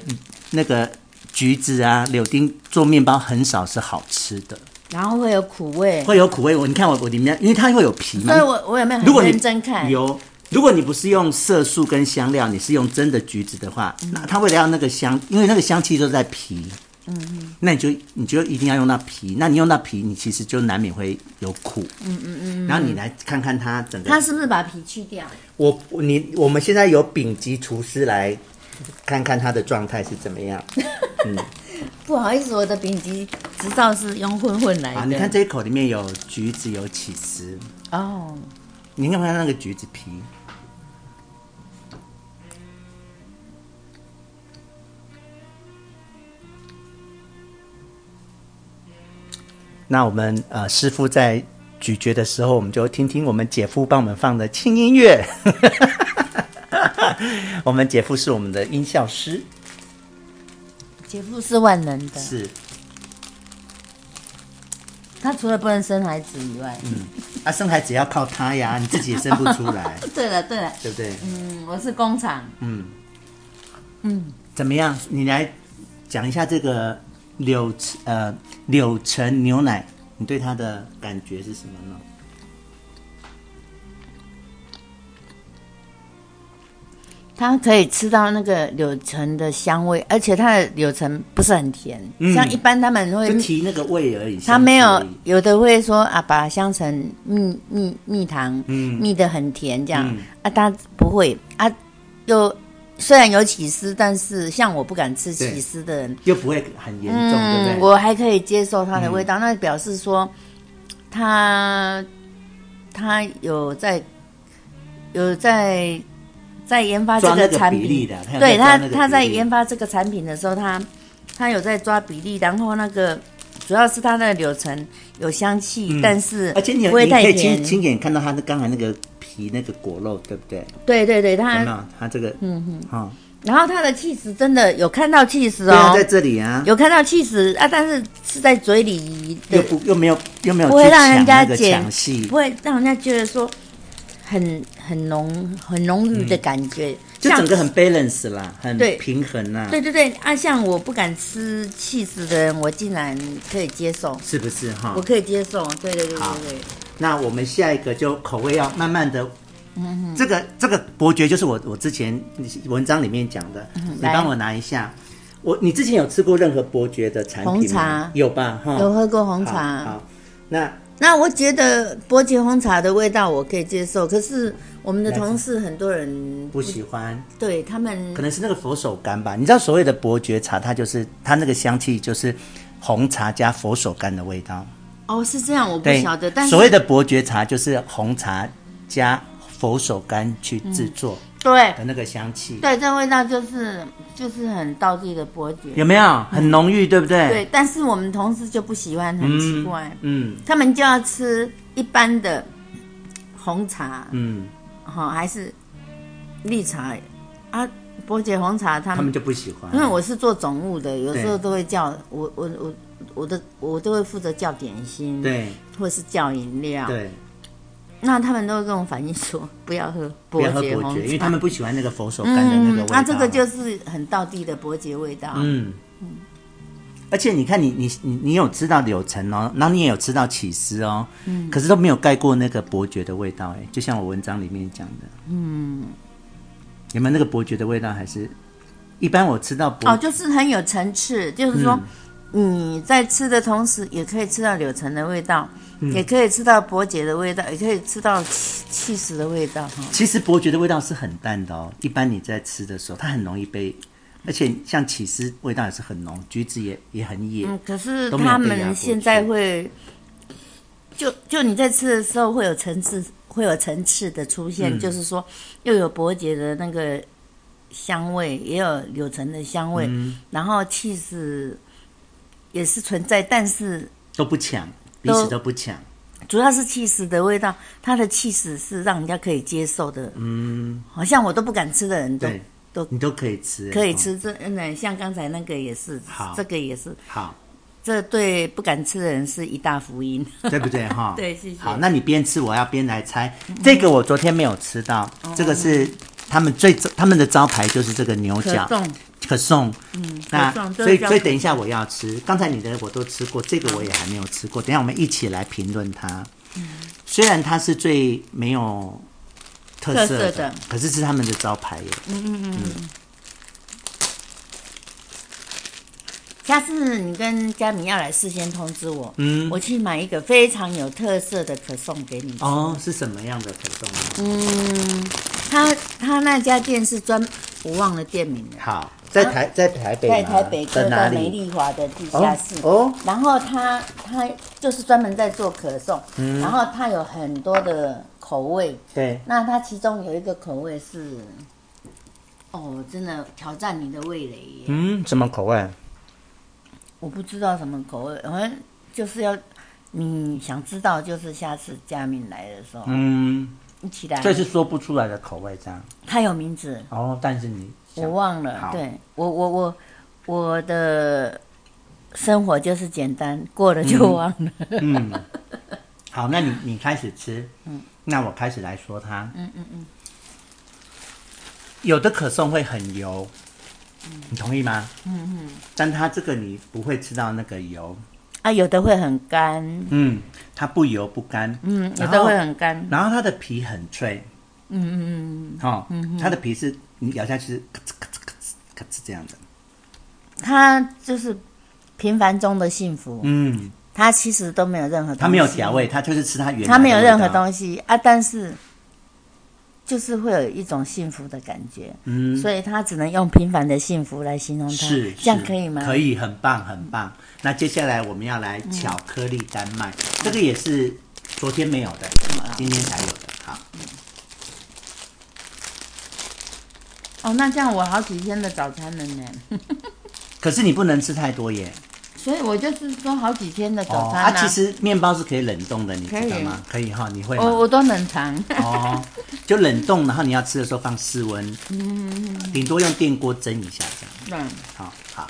Speaker 1: 那个橘子啊、柳丁做面包很少是好吃的。
Speaker 2: 然后会有苦味。
Speaker 1: 会有苦味。我你看我我里面，因为它会有皮嘛
Speaker 2: 所以。我我有没有
Speaker 1: 如果
Speaker 2: 很
Speaker 1: 你
Speaker 2: 认真看？
Speaker 1: 有，如果你不是用色素跟香料，你是用真的橘子的话，那它为了要那个香，因为那个香气都在皮。嗯，那你就你就一定要用到皮，那你用到皮，你其实就难免会有苦。嗯嗯嗯。然后你来看看它整
Speaker 2: 他
Speaker 1: 个，
Speaker 2: 是不是把皮去掉？
Speaker 1: 我你我们现在 有丙级厨师来看看它的状态是怎么样。
Speaker 2: 不好意思，我的丙级执照是用混混来的。
Speaker 1: 啊，你看这一口里面有橘子，有起司，
Speaker 2: 哦，
Speaker 1: 你有没有看到那个橘子皮？那我们呃，师傅在咀嚼的时候，我们就听听我们姐夫帮我们放的轻音乐。 我们姐夫是我们的音效师，
Speaker 2: 姐夫是万能的，
Speaker 1: 是
Speaker 2: 他除了不能生孩子以外，
Speaker 1: 啊，生孩子要靠他呀，你自己也生不出 来，
Speaker 2: 对了对了，
Speaker 1: 对不对？
Speaker 2: 嗯，我是工厂，
Speaker 1: 怎么样？你来讲一下这个柳呃柳橙牛奶，你对它的感觉是什么呢？
Speaker 2: 它可以吃到那个柳橙的香味，而且它的柳橙不是很甜，
Speaker 1: 嗯
Speaker 2: 像一般他们
Speaker 1: 就
Speaker 2: 会，
Speaker 1: 提那个味而已，
Speaker 2: 它没
Speaker 1: 香
Speaker 2: 有
Speaker 1: 气而已
Speaker 2: 有的会说啊，把它香橙蜜蜜蜜糖，
Speaker 1: 嗯
Speaker 2: 蜜的很甜这样、
Speaker 1: 嗯
Speaker 2: 啊，它不会啊，又虽然有起司，但是像我不敢吃
Speaker 1: 对
Speaker 2: 起司的人，
Speaker 1: 又不会很严重，对嗯不对？
Speaker 2: 嗯我还可以接受它的味道，那表示说它它有在有在在研发这
Speaker 1: 抓那个
Speaker 2: 产
Speaker 1: 比例
Speaker 2: 品
Speaker 1: 的它有在
Speaker 2: 对
Speaker 1: 抓
Speaker 2: 它
Speaker 1: 那个
Speaker 2: 它
Speaker 1: 比
Speaker 2: 在
Speaker 1: 例
Speaker 2: 研发这个产品的时候，它它有在抓比例，然后那个主要是它的柳橙有香气，但是
Speaker 1: 嗯而且你有
Speaker 2: 不会
Speaker 1: 你可
Speaker 2: 太
Speaker 1: 以亲
Speaker 2: 甜。
Speaker 1: 亲眼看到它的刚才那个皮那个果肉，对不对？
Speaker 2: 对对对，
Speaker 1: 有
Speaker 2: 它
Speaker 1: 没有？它这个，嗯嗯，哦，
Speaker 2: 然后它的气质真的有看到气质
Speaker 1: 对啊，
Speaker 2: 哦
Speaker 1: 在，这里啊，
Speaker 2: 有看到气质啊，但是是在嘴里
Speaker 1: 又
Speaker 2: 的
Speaker 1: 不又没有又没有
Speaker 2: 不会
Speaker 1: 去
Speaker 2: 让
Speaker 1: 抢
Speaker 2: 人家
Speaker 1: 那个
Speaker 2: 减
Speaker 1: 抢戏
Speaker 2: 不，会让人家觉得说很很浓很浓郁的感觉，
Speaker 1: 就
Speaker 2: 像
Speaker 1: 整个很 balance 啦，很
Speaker 2: 对
Speaker 1: 平衡啦，
Speaker 2: 对对对啊，像我不敢吃气死的人，我竟然可以接受，
Speaker 1: 是不是哈
Speaker 2: 我？可以接受，对对对对
Speaker 1: 啊好
Speaker 2: 对，
Speaker 1: 那我们下一个就口味要慢慢的，
Speaker 2: 嗯
Speaker 1: 这个这个伯爵就是我我之前文章里面讲的，你
Speaker 2: 来
Speaker 1: 帮我拿一下。我你之前有吃过任何伯爵的产
Speaker 2: 红
Speaker 1: 品吗
Speaker 2: 茶？
Speaker 1: 有吧？哈，
Speaker 2: 有喝过红
Speaker 1: 好
Speaker 2: 茶，
Speaker 1: 好，那
Speaker 2: 那我觉得伯爵红茶的味道我可以接受，可是我们的
Speaker 1: 来自
Speaker 2: 同事很多人
Speaker 1: 不喜欢，
Speaker 2: 对他们
Speaker 1: 可能是那个佛手柑吧。你知道所谓的伯爵茶，它就是它那个香气就是红茶加佛手柑的味道。
Speaker 2: 哦是这样，我不
Speaker 1: 对，
Speaker 2: 晓得，但是
Speaker 1: 所谓的伯爵茶就是红茶加佛手柑去制作
Speaker 2: 对
Speaker 1: 的那个香气，
Speaker 2: 对这味道就是就是很道地的伯爵，
Speaker 1: 有没有很浓郁，对不对？
Speaker 2: 对，但是我们同事就不喜欢，很奇怪，
Speaker 1: 嗯
Speaker 2: 他们就要吃一般的红茶，
Speaker 1: 嗯，
Speaker 2: 哈、还是绿茶啊？伯爵红茶他
Speaker 1: 他
Speaker 2: 们，
Speaker 1: 们就不喜欢，
Speaker 2: 因为我是做总务的，有时候
Speaker 1: 对
Speaker 2: 都会叫我我我我的我都会负责叫点心，，
Speaker 1: 对
Speaker 2: 或是叫饮料，
Speaker 1: 对
Speaker 2: 那他们都有这种反应说不要喝
Speaker 1: 不
Speaker 2: 伯
Speaker 1: 要喝
Speaker 2: 爵
Speaker 1: 伯
Speaker 2: 红
Speaker 1: 爵，因为
Speaker 2: 茶，
Speaker 1: 他们不喜欢那个佛手柑的那个
Speaker 2: 嗯
Speaker 1: 味，道。
Speaker 2: 那这个就是很道地的伯爵味道，
Speaker 1: 嗯。而且你看你，你你你有吃到柳橙哦，然后你也有吃到起司哦，
Speaker 2: 嗯
Speaker 1: 可是都没有盖过那个伯爵的味道哎，就像我文章里面讲的，嗯，有没有那个伯爵的味道？还是一般我吃到伯
Speaker 2: 哦，就是很有层次，就是
Speaker 1: 嗯
Speaker 2: 说、你在吃的同时，也可以吃到柳橙的味道，
Speaker 1: 嗯
Speaker 2: 也可以吃到伯爵的味道，也可以吃到气气死的味道哈。
Speaker 1: 其实伯爵的味道是很淡的哦，一般你在吃的时候，它很容易被，而且像起司味道也是很浓，橘子也也很野，
Speaker 2: 嗯，可是
Speaker 1: 都没有被
Speaker 2: 他
Speaker 1: 压过
Speaker 2: 们
Speaker 1: 去
Speaker 2: 现在会，就就你在吃的时候会有层次，会有层次的出
Speaker 1: 嗯
Speaker 2: 现，就是说又有伯爵的那个香味，也有柳橙的香味，
Speaker 1: 嗯
Speaker 2: 然后气死也是存在，但是
Speaker 1: 都不抢，彼
Speaker 2: 都
Speaker 1: 此都不抢。
Speaker 2: 主要是气死的味道，它的气死是让人家可以接受的。嗯，好像我都不敢吃的人都
Speaker 1: 对
Speaker 2: 都
Speaker 1: 你都可以吃，
Speaker 2: 可以
Speaker 1: 哦。
Speaker 2: 吃。这嗯，像刚才那个也是
Speaker 1: 好，
Speaker 2: 这个也是，
Speaker 1: 哦好，
Speaker 2: 这对不敢吃的人是一大福 音。
Speaker 1: 对不对哈？
Speaker 2: 对谢谢嗯
Speaker 1: 好，那你边吃，我要边来猜。这个我昨天没有吃到，
Speaker 2: 哦
Speaker 1: 这个是他们最他们的招牌就是这个牛
Speaker 2: 可
Speaker 1: 角
Speaker 2: 颂
Speaker 1: 可颂。嗯，那
Speaker 2: 可颂这
Speaker 1: 所以
Speaker 2: 个叫
Speaker 1: 所以等一下我要吃，刚才你的我都吃过，这个我也还没有吃过。等一下我们一起来评论它。
Speaker 2: 嗯
Speaker 1: 虽然它是最没有特色
Speaker 2: 特色的嗯
Speaker 1: 可是是他们的招牌耶。
Speaker 2: 下次你跟佳明要来，事先通知我，
Speaker 1: 嗯
Speaker 2: 我去买一个非常有特色的可颂给你。
Speaker 1: 哦，是什么样的可颂呢？
Speaker 2: 嗯，他他那家店是专，我忘了店名了。
Speaker 1: 好，在台在台北吗
Speaker 2: 在台北
Speaker 1: 啊在
Speaker 2: 就
Speaker 1: 哪
Speaker 2: 在梅
Speaker 1: 里？
Speaker 2: 丽华的地
Speaker 1: 哦
Speaker 2: 下室。
Speaker 1: 哦，
Speaker 2: 然后他他就是专门在做可颂，
Speaker 1: 嗯
Speaker 2: 然后他有很多的口味，
Speaker 1: 对，
Speaker 2: 那它其中有一个口味是，哦，真的挑战你的味蕾耶！
Speaker 1: 嗯，什么口味？
Speaker 2: 我不知道什么口味，反正就是要你想知道，就是下次佳敏来的时候、
Speaker 1: 嗯，
Speaker 2: 一起来。
Speaker 1: 这是说不出来的口味，这样。
Speaker 2: 它有名字，
Speaker 1: 哦，但是你想
Speaker 2: 我忘了
Speaker 1: 好。
Speaker 2: 对我我我我的生活就是简单，过了就忘了。
Speaker 1: 嗯，好，那你你开始吃，嗯，那我开始来说它，嗯嗯嗯，有的可颂会很油，你同意吗？嗯嗯，但它这个你不会吃到那个油，
Speaker 2: 啊，有的会很干，
Speaker 1: 嗯，它不油不干，
Speaker 2: 嗯，有
Speaker 1: 然后
Speaker 2: 的会很干，
Speaker 1: 然后它的皮很脆，嗯嗯嗯，哦，它的皮是你咬下去是咔哧咔哧咔哧咔哧这样的，
Speaker 2: 它就是平凡中的幸福，
Speaker 1: 嗯，
Speaker 2: 它其实都没有任何东西，
Speaker 1: 它没有调味，它嗯就是吃它原来的
Speaker 2: 它没有任何
Speaker 1: 西，
Speaker 2: 东西啊，但是就是会有一种幸福的感觉，
Speaker 1: 嗯，
Speaker 2: 所以它只能用平凡的幸福来形容它，
Speaker 1: 是，
Speaker 2: 这样
Speaker 1: 是
Speaker 2: 可以吗？
Speaker 1: 可，以，很棒，很棒。那接下来我们要来巧克力丹麦，
Speaker 2: 嗯
Speaker 1: 这个也是昨天没有的，今天才有的。好，
Speaker 2: 哦，那这样我好几天的早餐了呢，
Speaker 1: 可是你不能吃太多耶。
Speaker 2: 所以我就是说好几天的
Speaker 1: 哦，
Speaker 2: 早餐
Speaker 1: 啊，
Speaker 2: 啊，
Speaker 1: 其实面包是可以冷冻的，你
Speaker 2: 可
Speaker 1: 知
Speaker 2: 以
Speaker 1: 道吗？可以哈，你会
Speaker 2: 我
Speaker 1: 吗？
Speaker 2: 我都冷藏，
Speaker 1: 哦，就冷冻，然后你要吃的时候放室温，顶多用电锅蒸一下这样。
Speaker 2: 嗯，
Speaker 1: 好好，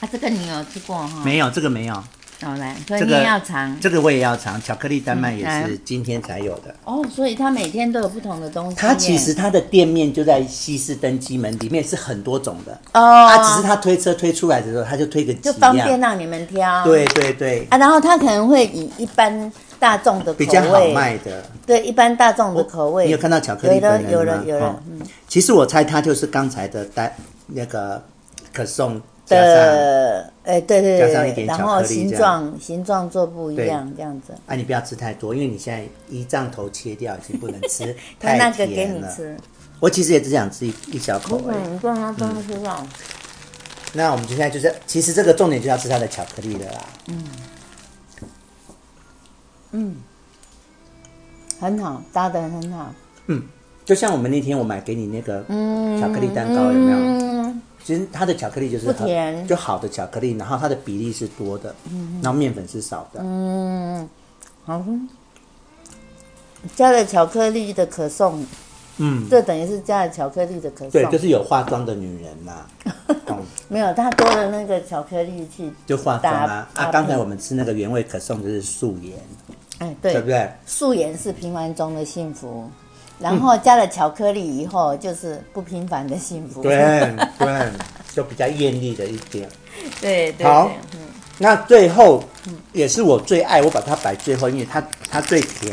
Speaker 2: 啊，这个你有吃过哈？
Speaker 1: 没有这个没有，
Speaker 2: 好来，所以
Speaker 1: 这
Speaker 2: 你
Speaker 1: 个
Speaker 2: 也要尝。
Speaker 1: 这个我也要尝，巧克力丹麦
Speaker 2: 嗯
Speaker 1: 也
Speaker 2: 来
Speaker 1: 是今天才有的。
Speaker 2: 哦，所以它每天都有不同的东西耶。
Speaker 1: 它其实它的店面就在西式登机门里面，是很多种的。
Speaker 2: 哦，
Speaker 1: 它只是它推车推出来的时候，它就推个几
Speaker 2: 就
Speaker 1: 样，
Speaker 2: 方便啊让你们挑。
Speaker 1: 对对对，
Speaker 2: 啊，然后它可能会以一般大众的口
Speaker 1: 比
Speaker 2: 味
Speaker 1: 较好卖的。
Speaker 2: 对一般大众的口味。
Speaker 1: 你有看到巧克力
Speaker 2: 有的
Speaker 1: 本人
Speaker 2: 有
Speaker 1: 吗
Speaker 2: 了有
Speaker 1: 哦
Speaker 2: 了，嗯
Speaker 1: 其实我猜它就是刚才的单那个可颂加上。
Speaker 2: 的，哎对对
Speaker 1: 加上一
Speaker 2: 对对，
Speaker 1: 点
Speaker 2: 然
Speaker 1: 巧克
Speaker 2: 后
Speaker 1: 力
Speaker 2: 形
Speaker 1: 这样
Speaker 2: 状形状做不一样这样子。
Speaker 1: 啊，你不要吃太多，因为你现在胰脏头切掉，已经不能 吃
Speaker 2: 那
Speaker 1: 太
Speaker 2: 那个给
Speaker 1: 甜
Speaker 2: 你
Speaker 1: 了。
Speaker 2: 吃，哦
Speaker 1: 我其实也只想吃一一小口
Speaker 2: 不
Speaker 1: 而已。
Speaker 2: 管你让它装吃吧。
Speaker 1: 那我们现在就是，其实这个重点就是要吃它的巧克力了啦。
Speaker 2: 很好，搭的很好。
Speaker 1: 就像我们那天我买给你那个巧克力蛋糕，有没有？
Speaker 2: 嗯，
Speaker 1: 其实它的巧克力就是
Speaker 2: 不
Speaker 1: 很
Speaker 2: 甜嗯
Speaker 1: 就好的巧克力，然后它的比例是多的，然后面粉是少的。
Speaker 2: 好。加了巧克力的可颂，
Speaker 1: 嗯，
Speaker 2: 这等于是加了巧克力的可颂。
Speaker 1: 对，就是有化妆的女人 啦、懂
Speaker 2: 没有，它多了那个巧克力去
Speaker 1: 就化妆啦、啊。
Speaker 2: 搭搭配
Speaker 1: 刚才我们吃那个原味可颂就是素颜，
Speaker 2: 哎，
Speaker 1: 对
Speaker 2: 对
Speaker 1: 不， 对？
Speaker 2: 素颜是平凡中的幸福，然后加了巧克力以后就是不平凡的幸福。
Speaker 1: 对对，就比较艳丽的一点。
Speaker 2: 对对
Speaker 1: 好
Speaker 2: 对，嗯
Speaker 1: 那最后也是我最爱，我把它摆最后，因为它它最甜。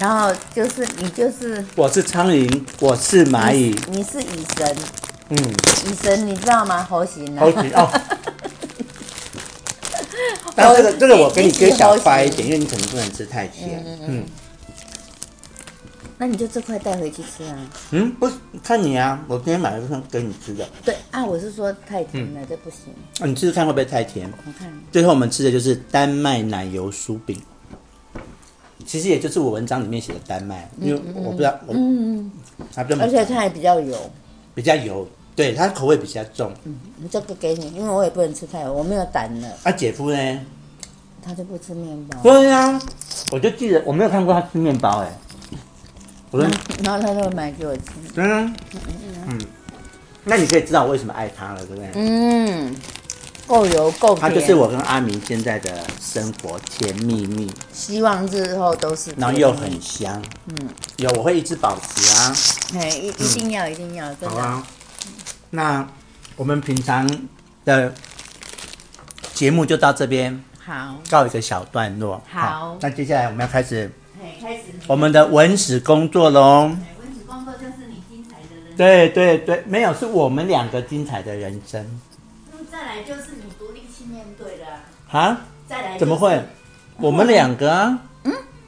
Speaker 2: 然后就是你就是
Speaker 1: 我是苍蝇，我是蚂蚁，
Speaker 2: 你是乙神，
Speaker 1: 嗯，
Speaker 2: 乙神你知道吗？猴形啊
Speaker 1: 猴，子 哦。那这个这个我给你
Speaker 2: 一
Speaker 1: 跟
Speaker 2: 起
Speaker 1: 小
Speaker 2: 猴
Speaker 1: 发一
Speaker 2: 形
Speaker 1: 点，因为你可能不能吃太甜。嗯
Speaker 2: 那你就这块带回去吃啊。
Speaker 1: 嗯，不是看你啊，我今天买了份给你吃的，
Speaker 2: 对啊，我是说太甜了，这不行。
Speaker 1: 啊你试试看会不会太甜。
Speaker 2: 我看
Speaker 1: 最后我们吃的就是丹麦奶油酥饼，其实也就是我文章里面写的丹麦，因为我不知道，我嗯，它比较
Speaker 2: 而且它还比较油，
Speaker 1: 比较油，对，它口味比较重。
Speaker 2: 你这个给你，因为我也不能吃太油，我没有胆了，
Speaker 1: 啊，姐夫呢？
Speaker 2: 他就不吃面包。
Speaker 1: 对啊，我就记得我没有看过他吃面包哎，我说
Speaker 2: 然后他就买给我吃，
Speaker 1: 真的，嗯，那你可以知道我为什么爱他了，对不对？
Speaker 2: 嗯，够油够
Speaker 1: 他
Speaker 2: 甜，
Speaker 1: 就是我跟阿明现在的生活甜蜜蜜，
Speaker 2: 希望日后都是甜的，
Speaker 1: 然后又很香，嗯，有我会一直保持啊，
Speaker 2: 哎，一一定要一定要，真
Speaker 1: 好
Speaker 2: 的，
Speaker 1: 啊。那我们平常的节目就到这边
Speaker 2: 好，
Speaker 1: 告一个小段落。
Speaker 2: 好
Speaker 1: 那接下来我们要开始
Speaker 2: 哎，开始你，
Speaker 1: 我们的文史工作喽。
Speaker 2: 哎文史工作就是你精彩的人，
Speaker 1: 对对对，没有，是我们两个精彩的人生
Speaker 2: 那再来就是你独立去面对了，
Speaker 1: 啊？
Speaker 2: 再哎来就是
Speaker 1: 怎么会？？我们两个啊，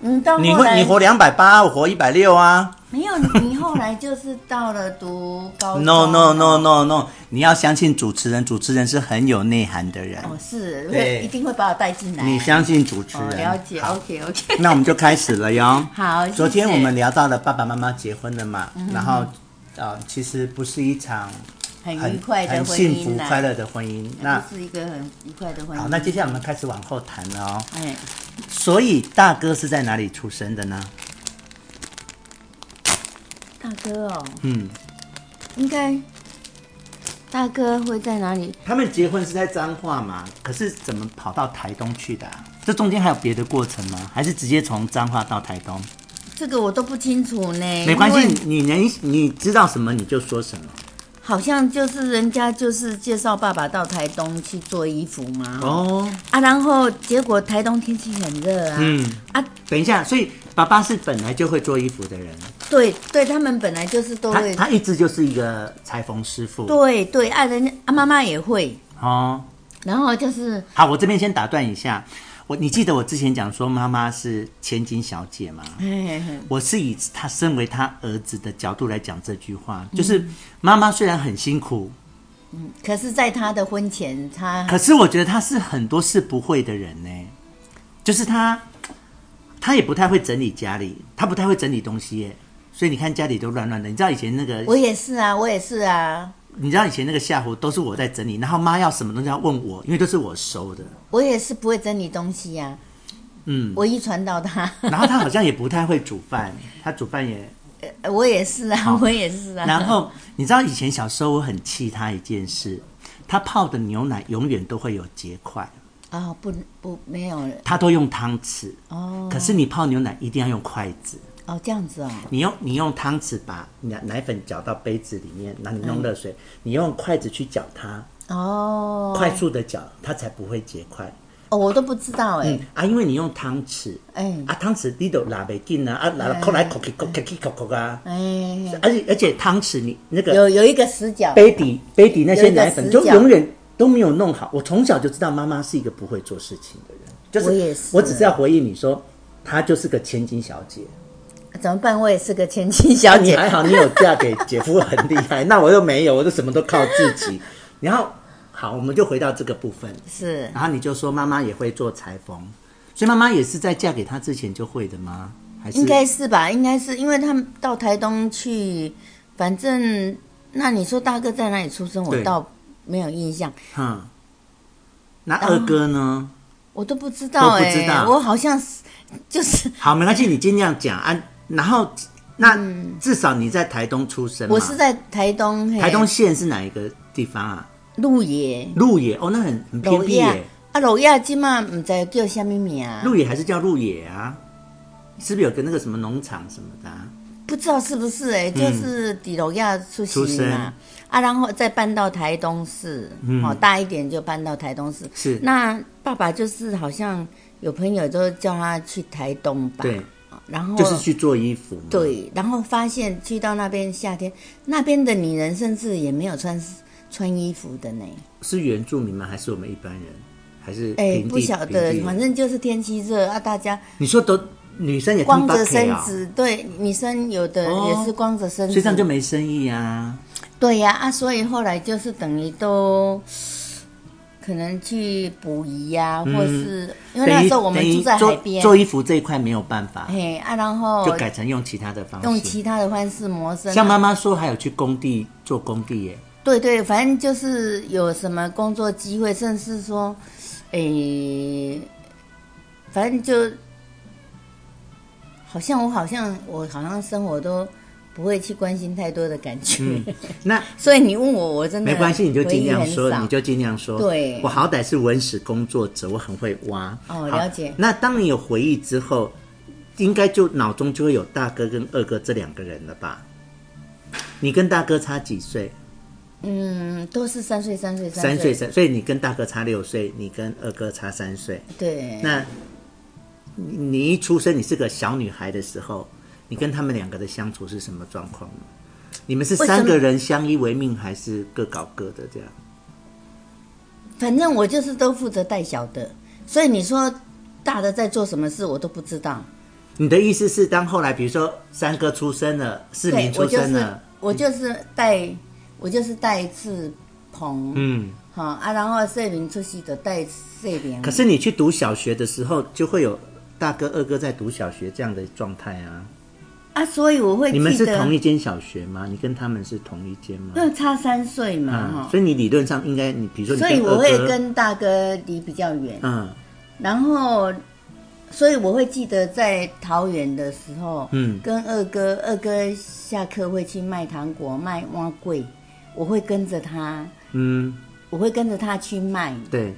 Speaker 2: 嗯，到
Speaker 1: 你
Speaker 2: 后
Speaker 1: 会
Speaker 2: 来
Speaker 1: 你活两百八，我活一百六啊，
Speaker 2: 没有，你你后来就是到了读高中
Speaker 1: No no no no no，你要相信主持人，主持人是很有内涵的人，
Speaker 2: 哦，是，
Speaker 1: 对
Speaker 2: 会一定会把我带进来。
Speaker 1: 你相信主持
Speaker 2: 哦，
Speaker 1: 人？
Speaker 2: 了解
Speaker 1: 好
Speaker 2: ，OK OK，
Speaker 1: 那我们就开始了 哟。
Speaker 2: 好，谢谢嗯
Speaker 1: 昨天我们聊到了爸爸妈妈结婚了嘛，然后呃，其实不是一场
Speaker 2: 很
Speaker 1: 很
Speaker 2: 愉快的
Speaker 1: 很
Speaker 2: 婚
Speaker 1: 幸福
Speaker 2: 姻啦，啊嗯
Speaker 1: 快乐的婚姻。那
Speaker 2: 这是一个很愉快的婚姻。
Speaker 1: 好，那接下来我们开始往后谈了哦。
Speaker 2: 哎，
Speaker 1: 所以大哥是在哪里出生的呢？
Speaker 2: 大哥哦，
Speaker 1: 嗯，
Speaker 2: 应该大哥会在哪里？
Speaker 1: 他们结婚是在彰化嘛，可是怎么跑到台东去的、啊？这中间还有别的过程吗？还是直接从彰化到台东？
Speaker 2: 这个我都不清楚呢。
Speaker 1: 没关
Speaker 2: 因为
Speaker 1: 系，你能你知道什么你就说什么。
Speaker 2: 好像就是人家就是介绍爸爸到台东去做衣服嘛。
Speaker 1: 哦，
Speaker 2: 啊，然后结果台东天气很热啊。
Speaker 1: 嗯，
Speaker 2: 啊，
Speaker 1: 等一下，所以爸爸是本来就会做衣服的人，
Speaker 2: 对对，他们本来就是都
Speaker 1: 他
Speaker 2: 会。
Speaker 1: 他一直就是一个裁缝师傅。
Speaker 2: 对对，啊，人家啊，妈妈也会。
Speaker 1: 哦，
Speaker 2: 然后就是
Speaker 1: 好，我这边先打断一下，我你记得我之前讲说妈妈是千金小姐吗？
Speaker 2: 嘿嘿
Speaker 1: 我是以他身为他儿子的角度来讲这句话，就是
Speaker 2: 嗯
Speaker 1: 妈妈虽然很辛苦，
Speaker 2: 可是，在他的婚前，他
Speaker 1: 可是我觉得他是很多事不会的人呢，就是他，他也不太会整理家里，他不太会整理东西耶，所以你看家里都乱乱的。你知道以前那个，
Speaker 2: 我也是啊，我也是啊，
Speaker 1: 你知道以前那个下湖都是我在整理，然后妈要什么东西要问我，因为都是我收的。
Speaker 2: 我也是不会整理东西呀、嗯，我遗传到他，
Speaker 1: 然后他好像也不太会煮饭，他煮饭也。
Speaker 2: 我也是啊，我也是啊。
Speaker 1: 然后你知道以前小时候我很气他一件事，他泡的牛奶永远都会有结块，
Speaker 2: 啊、不不没有了
Speaker 1: 他都用汤匙。
Speaker 2: 哦
Speaker 1: 可是你泡牛奶一定要用筷子，
Speaker 2: 哦，这样子哦，
Speaker 1: 你用你用汤匙把奶奶粉搅到杯子里面，然后你弄热水，你用筷子去搅它，
Speaker 2: 嗯哦，
Speaker 1: 快速的搅，它才不会结块。
Speaker 2: 哦，我都不知道哎、
Speaker 1: 嗯啊，因为你用汤匙，
Speaker 2: 哎
Speaker 1: 啊汤匙你都拿袂紧啊，啊拿扣来扣去扣去扣扣啊，
Speaker 2: 哎，
Speaker 1: 而且而且汤匙你那个
Speaker 2: 有有一个死角，
Speaker 1: 杯底杯底那些奶粉
Speaker 2: 有
Speaker 1: 就
Speaker 2: 一个死角
Speaker 1: 永远都没有弄好。我从小就知道妈妈是一个不会做事情的人，就是
Speaker 2: 我也是
Speaker 1: 我只是要回应你说，她就是个千金小姐。
Speaker 2: 怎么办？我也是个千金小
Speaker 1: 你
Speaker 2: 姐，
Speaker 1: 还好，你有嫁给姐夫很厉害，那我又没有，我就什么都靠自己。然后好，我们就回到这个部分，
Speaker 2: 是
Speaker 1: 然后你就说妈妈也会做裁缝，所以妈妈也是在嫁给他之前就会的吗？还是
Speaker 2: 应该是吧？应该是因为他们到台东去，反正那你说大哥在哪里出生，我
Speaker 1: 对
Speaker 2: 倒没有印象，
Speaker 1: 嗯。那二哥呢？
Speaker 2: 我都不知
Speaker 1: 都
Speaker 2: 道
Speaker 1: 不
Speaker 2: 哎、
Speaker 1: 知道嗯
Speaker 2: 我好像是就是
Speaker 1: 好，没关系，你尽量讲啊。然后那、至少你在台东出生嘛，
Speaker 2: 嗯我是在台东，嘿
Speaker 1: 台东县是哪一个地方啊？
Speaker 2: 鹿野
Speaker 1: 鹿野哦，那很很偏
Speaker 2: 鹿
Speaker 1: 僻
Speaker 2: 野
Speaker 1: 耶。
Speaker 2: 啊，鹿野今嘛唔知叫什么名，
Speaker 1: 鹿野还是叫鹿野啊？是不是有个那个什么农场什么的、啊？
Speaker 2: 不知道是不是哎、就是底鹿野出
Speaker 1: 嗯出
Speaker 2: 席
Speaker 1: 生嗯
Speaker 2: 嘛。啊，然后再搬到台东市，哦，大一点就搬到台东市。
Speaker 1: 是
Speaker 2: 那爸爸就是好像有朋友都叫他去台东吧，哦
Speaker 1: 对，
Speaker 2: 然后
Speaker 1: 就是去做衣服嘛。，
Speaker 2: 对，然后发现去到那边夏天，那边的女人甚至也没有穿穿衣服的呢。
Speaker 1: 是原住民吗？还是我们一般人？还是
Speaker 2: 哎
Speaker 1: 平，地
Speaker 2: 不晓
Speaker 1: 平
Speaker 2: 得
Speaker 1: 地，人
Speaker 2: 反正就是天气热啊，大家
Speaker 1: 你说都女生也
Speaker 2: 光着
Speaker 1: Bucky
Speaker 2: 身
Speaker 1: 啊，
Speaker 2: 子，对，女生有的
Speaker 1: 哦
Speaker 2: 也是光着身
Speaker 1: 所以这样就
Speaker 2: 子，
Speaker 1: 没生意啊。
Speaker 2: 对呀啊，所以后来就是等于都。可能去捕鱼呀、或是因为那时候我们
Speaker 1: 嗯等于
Speaker 2: 住在
Speaker 1: 做
Speaker 2: 海边，
Speaker 1: 做衣服这一块没有办法，
Speaker 2: 嘿啊，然后
Speaker 1: 就改成用其他的方式。
Speaker 2: 用其他的方式谋生啊、
Speaker 1: 像妈妈说，还有去工地做工地耶。
Speaker 2: 对对，反正就是有什么工作机会，甚至说，诶，反正就，好像我好像我好像生活都不会去关心太多的感觉，
Speaker 1: 那
Speaker 2: 所以你问我，我真的
Speaker 1: 嗯没关系，你就尽量
Speaker 2: 啊回忆
Speaker 1: 说，
Speaker 2: 很少
Speaker 1: 你就尽量说。
Speaker 2: 对
Speaker 1: 我好歹是文史工作者，我很会挖。好
Speaker 2: 哦了解
Speaker 1: 那当你有回忆之后，应该就脑中就会有大哥跟二哥这两个人了吧？你跟大哥差几岁？
Speaker 2: 嗯，都是三岁三岁
Speaker 1: 三岁
Speaker 2: 岁，
Speaker 1: 三，所以你跟大哥差六岁，你跟二哥差三岁。
Speaker 2: 对，
Speaker 1: 那你你一出生，你是个小女孩的时候，你跟他们两个的相处是什么状况呢？你们是
Speaker 2: 为什么
Speaker 1: 三个人相依为命，还是各搞各的这样？
Speaker 2: 反正我就是都负责带小的，所以你说大的在做什么事，我都不知道。
Speaker 1: 你的意思是，当后来比如说三哥出生了，市民
Speaker 2: 对我
Speaker 1: 出
Speaker 2: 就
Speaker 1: 生
Speaker 2: 是
Speaker 1: 了，
Speaker 2: 我
Speaker 1: 嗯
Speaker 2: 就是带我就是带翅膀，
Speaker 1: 嗯，
Speaker 2: 哈啊，然后睡眠出去就带睡眠
Speaker 1: 可。是你去读小学的时候，就会有大哥、二哥在读小学这样的状态啊。
Speaker 2: 啊，所以我会
Speaker 1: 你们
Speaker 2: 记
Speaker 1: 是
Speaker 2: 得
Speaker 1: 同一间小学吗？你跟他们是同一间吗？
Speaker 2: 因为差三岁嘛
Speaker 1: 嗯，
Speaker 2: 哈、
Speaker 1: 所以你理论上应该，你比如说你跟
Speaker 2: 哦所以我
Speaker 1: 二
Speaker 2: 会
Speaker 1: 哥，
Speaker 2: 跟大哥离比较远，
Speaker 1: 嗯
Speaker 2: 然后，所以我会记得在桃园的时候，
Speaker 1: 嗯
Speaker 2: 跟二哥，二哥下课会去卖糖果、卖蛙柜，我会跟着他，
Speaker 1: 嗯，
Speaker 2: 我会跟着他去卖，
Speaker 1: 对，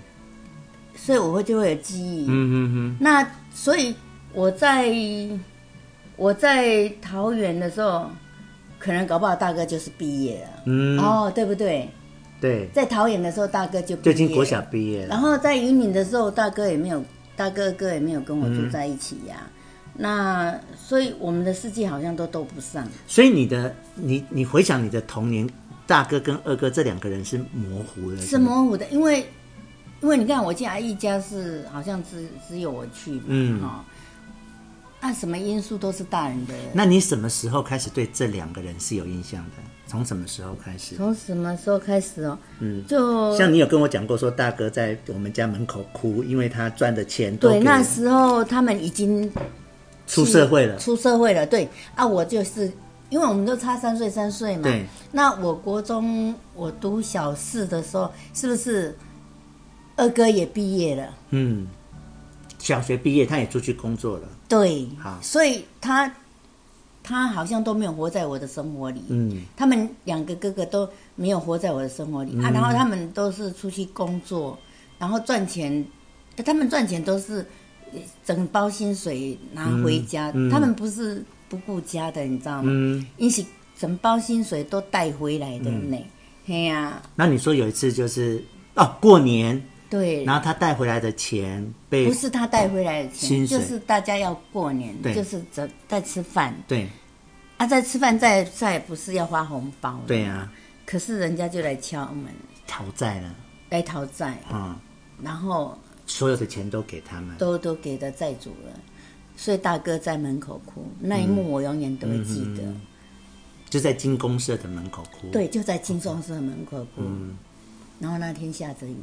Speaker 2: 所以我会就会有记忆。
Speaker 1: 嗯嗯
Speaker 2: 那所以我在我在桃园的时候，可能搞不好大哥就是毕业了，
Speaker 1: 嗯嗯，
Speaker 2: 哦，对不对？
Speaker 1: 对，
Speaker 2: 在桃园的时候，大哥就毕
Speaker 1: 就
Speaker 2: 业
Speaker 1: 已经国小毕业
Speaker 2: 然
Speaker 1: 了，
Speaker 2: 后在云岭的时候，大哥也没有，大哥哥也没有跟我
Speaker 1: 嗯
Speaker 2: 住在一起呀、那所以我们的世界好像都斗不上，
Speaker 1: 所以你的你你回想你的童年，大哥跟二哥这两个人是模糊的，
Speaker 2: 是？模糊的，因为因为你看我家一家是好像只只有我去嘛，
Speaker 1: 嗯
Speaker 2: 哈、那什么因素都是大人的。
Speaker 1: 那你什么时候开始对这两个人是有印象的？从什么时候开始？
Speaker 2: 从什么时候开始哦？嗯，就
Speaker 1: 像你有跟我讲过，说大哥在我们家门口哭，因为他赚的钱都
Speaker 2: 对
Speaker 1: 给
Speaker 2: 那时候他们已经
Speaker 1: 出社会了，
Speaker 2: 出社会了，对啊，我就是因为我们都差三岁三岁嘛，
Speaker 1: 对，
Speaker 2: 那我国中我读小四的时候，是不是二哥也毕业了？
Speaker 1: 嗯，小学毕业他也出去工作了，
Speaker 2: 对
Speaker 1: 好，
Speaker 2: 所以他他好像都没有活在我的生活里。
Speaker 1: 嗯，
Speaker 2: 他们两个哥哥都没有活在我的生活里、啊，然后他们都是出去工作，然后赚钱，呃他们赚钱都是呃整包薪水拿回家，
Speaker 1: 嗯嗯
Speaker 2: 他们不是不顾家的，你知道吗？
Speaker 1: 嗯，
Speaker 2: 因、是整包薪水都带回来的呢。嘿呀、
Speaker 1: 那你说有一次就是哦过年，
Speaker 2: 对，
Speaker 1: 然后他带回来的钱被
Speaker 2: 不是他带回来的钱，
Speaker 1: 薪水
Speaker 2: 就是大家要过年，
Speaker 1: 对
Speaker 2: 就是在在吃饭
Speaker 1: 对
Speaker 2: 啊，在吃饭再再不是要花红包，
Speaker 1: 对，啊
Speaker 2: 可是人家就来敲门
Speaker 1: 讨债了
Speaker 2: 来讨债，
Speaker 1: 啊、
Speaker 2: 然后
Speaker 1: 所有的钱都给他们，
Speaker 2: 都都给了债主了，所以大哥在门口哭那一幕，我永远都会记
Speaker 1: 嗯
Speaker 2: 得。
Speaker 1: 就在金公社的门口哭，
Speaker 2: 对，就在金钟社门口哭，
Speaker 1: 嗯
Speaker 2: 然后那天下着雨，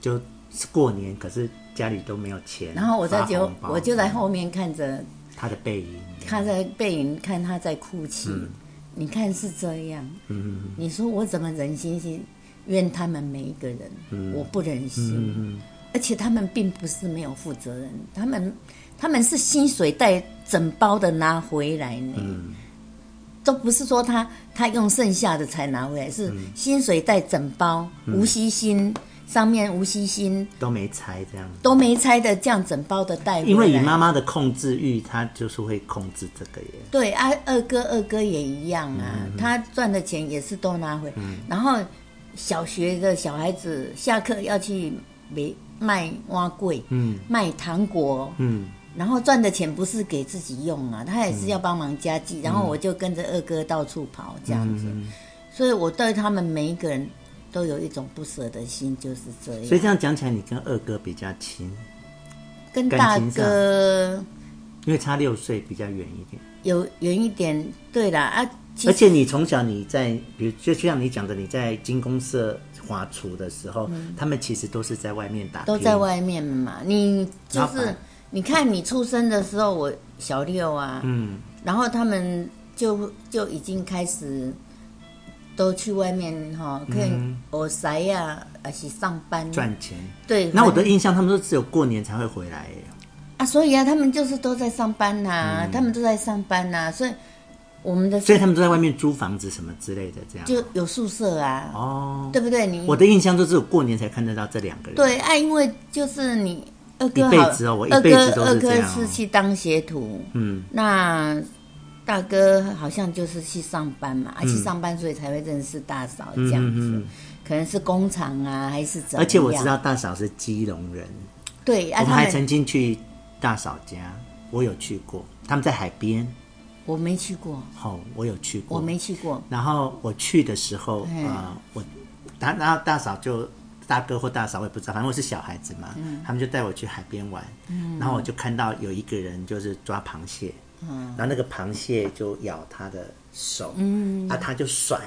Speaker 1: 就是过年，可是家里都没有钱，
Speaker 2: 然后我在
Speaker 1: 发
Speaker 2: 就
Speaker 1: 红包
Speaker 2: 我就在后面看着
Speaker 1: 他的背影，
Speaker 2: 他在背影看他在哭泣，你看是这样，你说我怎么忍心去怨他们每一个人？我不忍心，而且他们并不是没有负责任，他们他们是薪水带整包的拿回来呢。都不是说他他用剩下的才拿回来，是薪水带整包，无息薪上面无息薪
Speaker 1: 都没拆这样。
Speaker 2: 都没拆的，这样整包的带回来。
Speaker 1: 因为以妈妈的控制欲，她就是会控制这个耶。
Speaker 2: 对啊，二哥二哥也一样啊，
Speaker 1: 嗯
Speaker 2: 他赚的钱也是都拿回。然后小学的小孩子下课要去卖卖蛙柜，
Speaker 1: 嗯
Speaker 2: 卖糖果，
Speaker 1: 嗯，
Speaker 2: 然后赚的钱不是给自己用啊，他也是要帮忙家
Speaker 1: 嗯
Speaker 2: 计。然后我就跟着二哥到处跑这样子，所以我对他们每一个人都有一种不舍的心，就是这样。
Speaker 1: 所以这样讲起来，你跟二哥比较亲，
Speaker 2: 跟
Speaker 1: 感
Speaker 2: 大
Speaker 1: 情上
Speaker 2: 哥
Speaker 1: 因为差六岁比较远一点。
Speaker 2: 有远一点，对啦啊，其
Speaker 1: 而
Speaker 2: 实
Speaker 1: 且你从小你在，比如就就像你讲的，你在金公社华厨的时候，他们其实嗯都是在外面打拼，
Speaker 2: 都在外面嘛。你就
Speaker 1: 老
Speaker 2: 是
Speaker 1: 板
Speaker 2: 你看你出生的时候，我小六啊，
Speaker 1: 嗯，
Speaker 2: 然后他们就就已经开始都去外面哈，可以我塞呀，而且上班
Speaker 1: 嗯
Speaker 2: 啊
Speaker 1: 赚钱。
Speaker 2: 对。
Speaker 1: 那我的
Speaker 2: 很
Speaker 1: 印象，他们说只有过年才会回来耶。
Speaker 2: 啊，所以啊，他们就是都在上班呐、他们都在上班呐、所以我们的
Speaker 1: 嗯所以他们都在外面租房子什么之类的，这样。
Speaker 2: 就有宿舍啊，
Speaker 1: 哦，
Speaker 2: 对不对？你
Speaker 1: 我的印象就只有过年才看得到这两个人。，
Speaker 2: 对啊，因为就是你二哥
Speaker 1: 一
Speaker 2: 好，
Speaker 1: 辈子哦我一
Speaker 2: 二
Speaker 1: 辈
Speaker 2: 哥
Speaker 1: 子都是
Speaker 2: 二
Speaker 1: 这
Speaker 2: 哥
Speaker 1: 样哦
Speaker 2: 是去当学徒，
Speaker 1: 嗯，
Speaker 2: 那大哥好像就是去上班嘛，啊，去上班所以才会认识大嫂这样子，
Speaker 1: 嗯嗯嗯
Speaker 2: 可能是工厂啊还是怎么样？
Speaker 1: 而且我知道大嫂是基隆人，
Speaker 2: 对啊，
Speaker 1: 哎我们
Speaker 2: 他
Speaker 1: 还
Speaker 2: 们
Speaker 1: 曾经去大嫂家，我有去过，他们在海边，
Speaker 2: 我没去过，
Speaker 1: 哦，我有去过，
Speaker 2: 我没去过，
Speaker 1: 然后我去的时候，
Speaker 2: 嗯
Speaker 1: 呃，我他然后大嫂就大哥或大嫂，我也不知道，反正我是小孩子嘛，他们就带我去海边玩，然后我就看到有一个人就是抓螃蟹，然后那个螃蟹就咬他的手，嗯，啊，他就甩，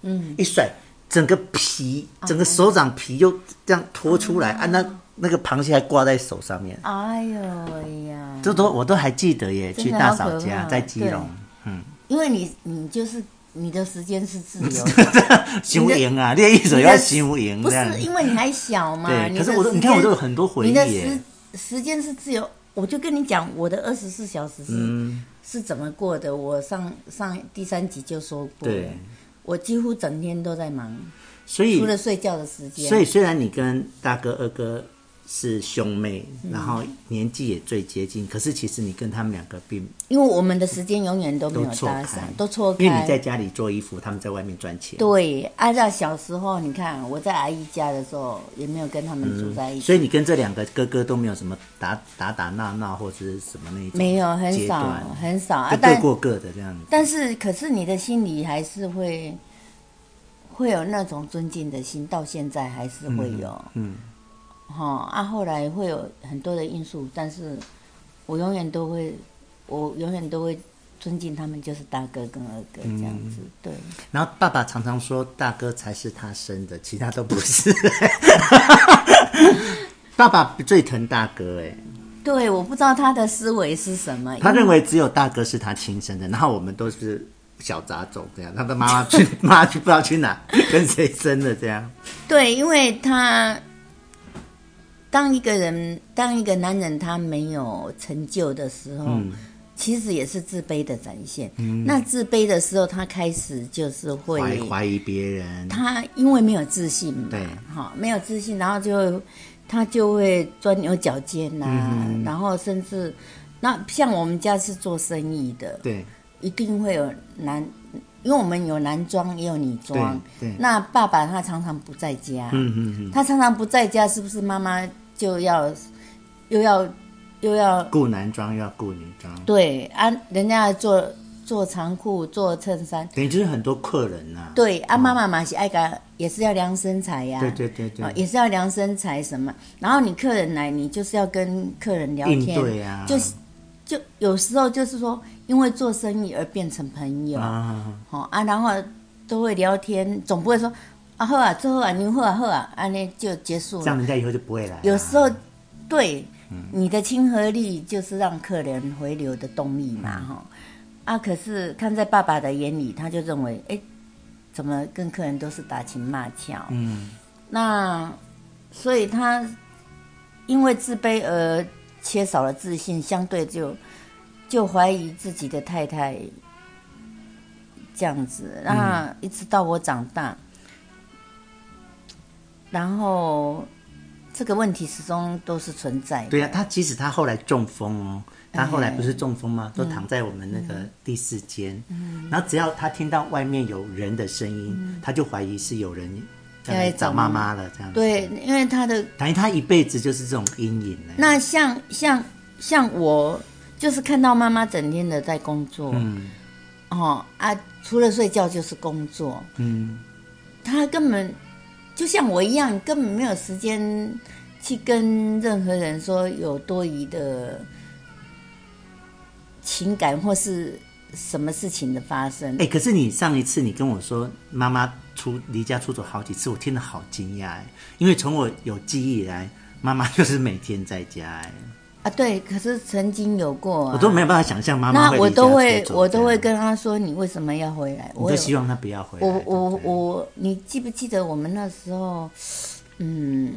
Speaker 1: 嗯，哦一甩，整个皮，整个手掌皮就这样脱出来，啊，那那个螃蟹还挂在手上面，
Speaker 2: 哎呦喂呀！
Speaker 1: 这都我都还记得耶，
Speaker 2: 真
Speaker 1: 去
Speaker 2: 的
Speaker 1: 大
Speaker 2: 好
Speaker 1: 嫂
Speaker 2: 可
Speaker 1: 家
Speaker 2: 怕
Speaker 1: 在基
Speaker 2: 对
Speaker 1: 隆，
Speaker 2: 因为你你就是你的时间是 自由的，
Speaker 1: 修营啊，练一手
Speaker 2: 你的
Speaker 1: 要修营
Speaker 2: 不
Speaker 1: 这样
Speaker 2: 是。因为你还小嘛？
Speaker 1: 对
Speaker 2: 你
Speaker 1: 可
Speaker 2: 的
Speaker 1: 是我都
Speaker 2: 时
Speaker 1: 你看我
Speaker 2: 间
Speaker 1: 都有很多回忆
Speaker 2: 你的
Speaker 1: 耶
Speaker 2: 时时间是自由，我就跟你讲，我的二十四小时是、
Speaker 1: 嗯
Speaker 2: 是怎么过的。我上上第三集就说过了
Speaker 1: 对，
Speaker 2: 我几乎整天都在忙，
Speaker 1: 所以
Speaker 2: 除了睡觉的时间。
Speaker 1: 所以虽然你跟大哥二哥是兄妹，
Speaker 2: 嗯
Speaker 1: 然后年纪也最接近，可是其实你跟他们两个并
Speaker 2: 因为我们的时间永远都没
Speaker 1: 都
Speaker 2: 有
Speaker 1: 错
Speaker 2: 搭
Speaker 1: 开
Speaker 2: 上，，都错开。
Speaker 1: 因为你在家里做衣服，他们在外面赚钱。
Speaker 2: 对，按照小时候，你看我在阿姨家的时候，也没有跟他们住在一
Speaker 1: 嗯
Speaker 2: 起，
Speaker 1: 所以你跟这两个哥哥都没有什么打打打闹闹或者是什么那一种，
Speaker 2: 没有很
Speaker 1: 阶
Speaker 2: 少
Speaker 1: 段
Speaker 2: 很少啊
Speaker 1: 就。各
Speaker 2: 但
Speaker 1: 过各的这样子。
Speaker 2: 但是，可是你的心里还是会会有那种尊敬的心，到现在还是会有。
Speaker 1: 嗯，
Speaker 2: 哈、啊，后来会有很多的因素，但是我永远都会，我永远都会尊敬他们，就是大哥跟二哥这样子。对，
Speaker 1: 然后爸爸常常说大哥才是他生的，其他都不是。 爸爸最疼大哥哎、
Speaker 2: 对，我不知道他的思维是什么，
Speaker 1: 他
Speaker 2: 因为
Speaker 1: 认为只有大哥是他亲生的，然后我们都是小杂种这样。他的妈妈去 妈妈去不知道去哪，跟谁生的这样。
Speaker 2: 对，因为他当一个人，当一个男人，他没有成就的时候，
Speaker 1: 嗯
Speaker 2: 其实也是自卑的展现。那自卑的时候，他开始就是会
Speaker 1: 怀嗯怀疑别人，
Speaker 2: 他因为没有自信嘛，
Speaker 1: 对
Speaker 2: 好、没有自信，然后就他就会钻牛角尖呐、
Speaker 1: 嗯
Speaker 2: 然后甚至那像我们家是做生意的，
Speaker 1: 对
Speaker 2: 一定会有男，因为我们有男装也有女装
Speaker 1: 对对，
Speaker 2: 那爸爸他常常不在家，
Speaker 1: 嗯
Speaker 2: 他常常不在家，是不是妈妈就要又要又要
Speaker 1: 顾男装又要顾女装，
Speaker 2: 对啊？人家做做长裤做衬衫，
Speaker 1: 等于就是很多客人呐、
Speaker 2: 对啊，妈妈嘛是爱个也是要量身材呀、
Speaker 1: 对对对对
Speaker 2: 啊，也是要量身材什么。然后你客人来，你就是要跟客人聊
Speaker 1: 应
Speaker 2: 天，
Speaker 1: 对啊
Speaker 2: 就是就有时候就是说，因为做生意而变成朋友，
Speaker 1: 啊，
Speaker 2: 好、啊，然后都会聊天，总不会说啊好啊，最后啊，你好啊好啊，安尼就结束
Speaker 1: 这样
Speaker 2: 了。
Speaker 1: 人家以后就不会来、啊
Speaker 2: 有时候对、你的亲和力就是让客人回流的动力嘛，哈、啊，可是看在爸爸的眼里，他就认为，哎，怎么跟客人都是打情骂俏？
Speaker 1: 嗯，
Speaker 2: 那所以他因为自卑而缺少了自信，相对就就怀疑自己的太太这样子。那一直到我长大，然后这个问题始终都是存在的。
Speaker 1: 对呀、啊他即使他后来中风哦，他后来不
Speaker 2: 哎
Speaker 1: 是中风吗？
Speaker 2: 嗯
Speaker 1: 都躺在我们那个第四间，然后只要他听到外面有人的声音，他就怀疑是有人要来
Speaker 2: 嗯要来
Speaker 1: 找
Speaker 2: 找
Speaker 1: 妈
Speaker 2: 妈
Speaker 1: 妈了，这样子。
Speaker 2: 对，因为他的
Speaker 1: 等于他一辈子就是这种阴影呢。
Speaker 2: 那像像像我，就是看到妈妈整天的在工作，
Speaker 1: 嗯
Speaker 2: 哦啊，除了睡觉就是工作，
Speaker 1: 嗯，
Speaker 2: 他根本就像我一样，根本没有时间去跟任何人说有多余的情感或是什么事情的发生。
Speaker 1: 哎、可是你上一次你跟我说妈妈出离家出走好几次，我听得好惊讶哎，因为从我有记忆以来，妈妈就是每天在家哎，
Speaker 2: 啊，对，可是曾经有过、啊，
Speaker 1: 我都没有办法想象妈妈
Speaker 2: 那
Speaker 1: 会
Speaker 2: 我
Speaker 1: 离家
Speaker 2: 都会
Speaker 1: 出走
Speaker 2: 我都会
Speaker 1: 这样，
Speaker 2: 跟他说，你为什么要回来？
Speaker 1: 我
Speaker 2: 我
Speaker 1: 都
Speaker 2: 有
Speaker 1: 希望她不要回来。
Speaker 2: 我我
Speaker 1: 对不对
Speaker 2: 我，你记不记得我们那时候，嗯，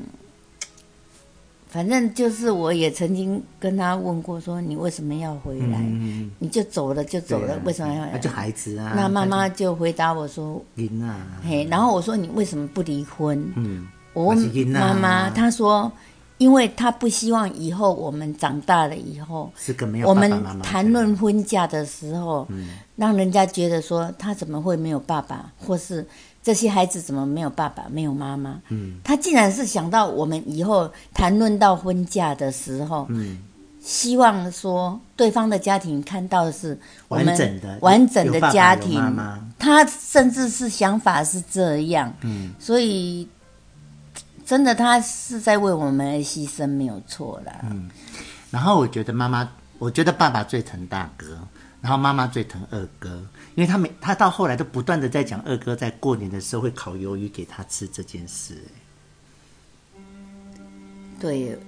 Speaker 2: 反正就是我也曾经跟他问过说，你为什么要回来？
Speaker 1: 嗯，
Speaker 2: 你就走了就走
Speaker 1: 对
Speaker 2: 了，
Speaker 1: 啊
Speaker 2: 为什么要回
Speaker 1: 那
Speaker 2: 来？
Speaker 1: 就孩子啊，
Speaker 2: 那妈妈就回答我说
Speaker 1: 赢啊，：“
Speaker 2: 嘿，然后我说你为什么不离婚
Speaker 1: 嗯，？”
Speaker 2: 我问
Speaker 1: 还是囡仔啊
Speaker 2: 妈妈，她说：“因为她不希望以后我们长大了以后，
Speaker 1: 是个没有
Speaker 2: 我
Speaker 1: 爸爸
Speaker 2: 们
Speaker 1: 妈嗯妈的
Speaker 2: 谈论婚嫁的时候，让人家觉得说他怎么会没有爸爸，或是这些孩子怎么没有爸爸、没有妈妈？嗯，他竟然是想到我们以后谈论到婚嫁的时候，嗯，希望说对方的家庭看到的是我们
Speaker 1: 完整的
Speaker 2: 完整
Speaker 1: 有
Speaker 2: 的
Speaker 1: 爸爸
Speaker 2: 家
Speaker 1: 有
Speaker 2: 庭，
Speaker 1: 妈妈
Speaker 2: 他甚至是想法是这样，嗯，所以真的他是在为我们而牺牲，没有错啦。
Speaker 1: 嗯然后我觉得妈妈，我觉得爸爸最疼大哥，然后妈妈最疼二哥，因为他每他到后来都不断的在讲二哥在过年的时候会烤鱿鱼给他吃这件事。哎
Speaker 2: 对，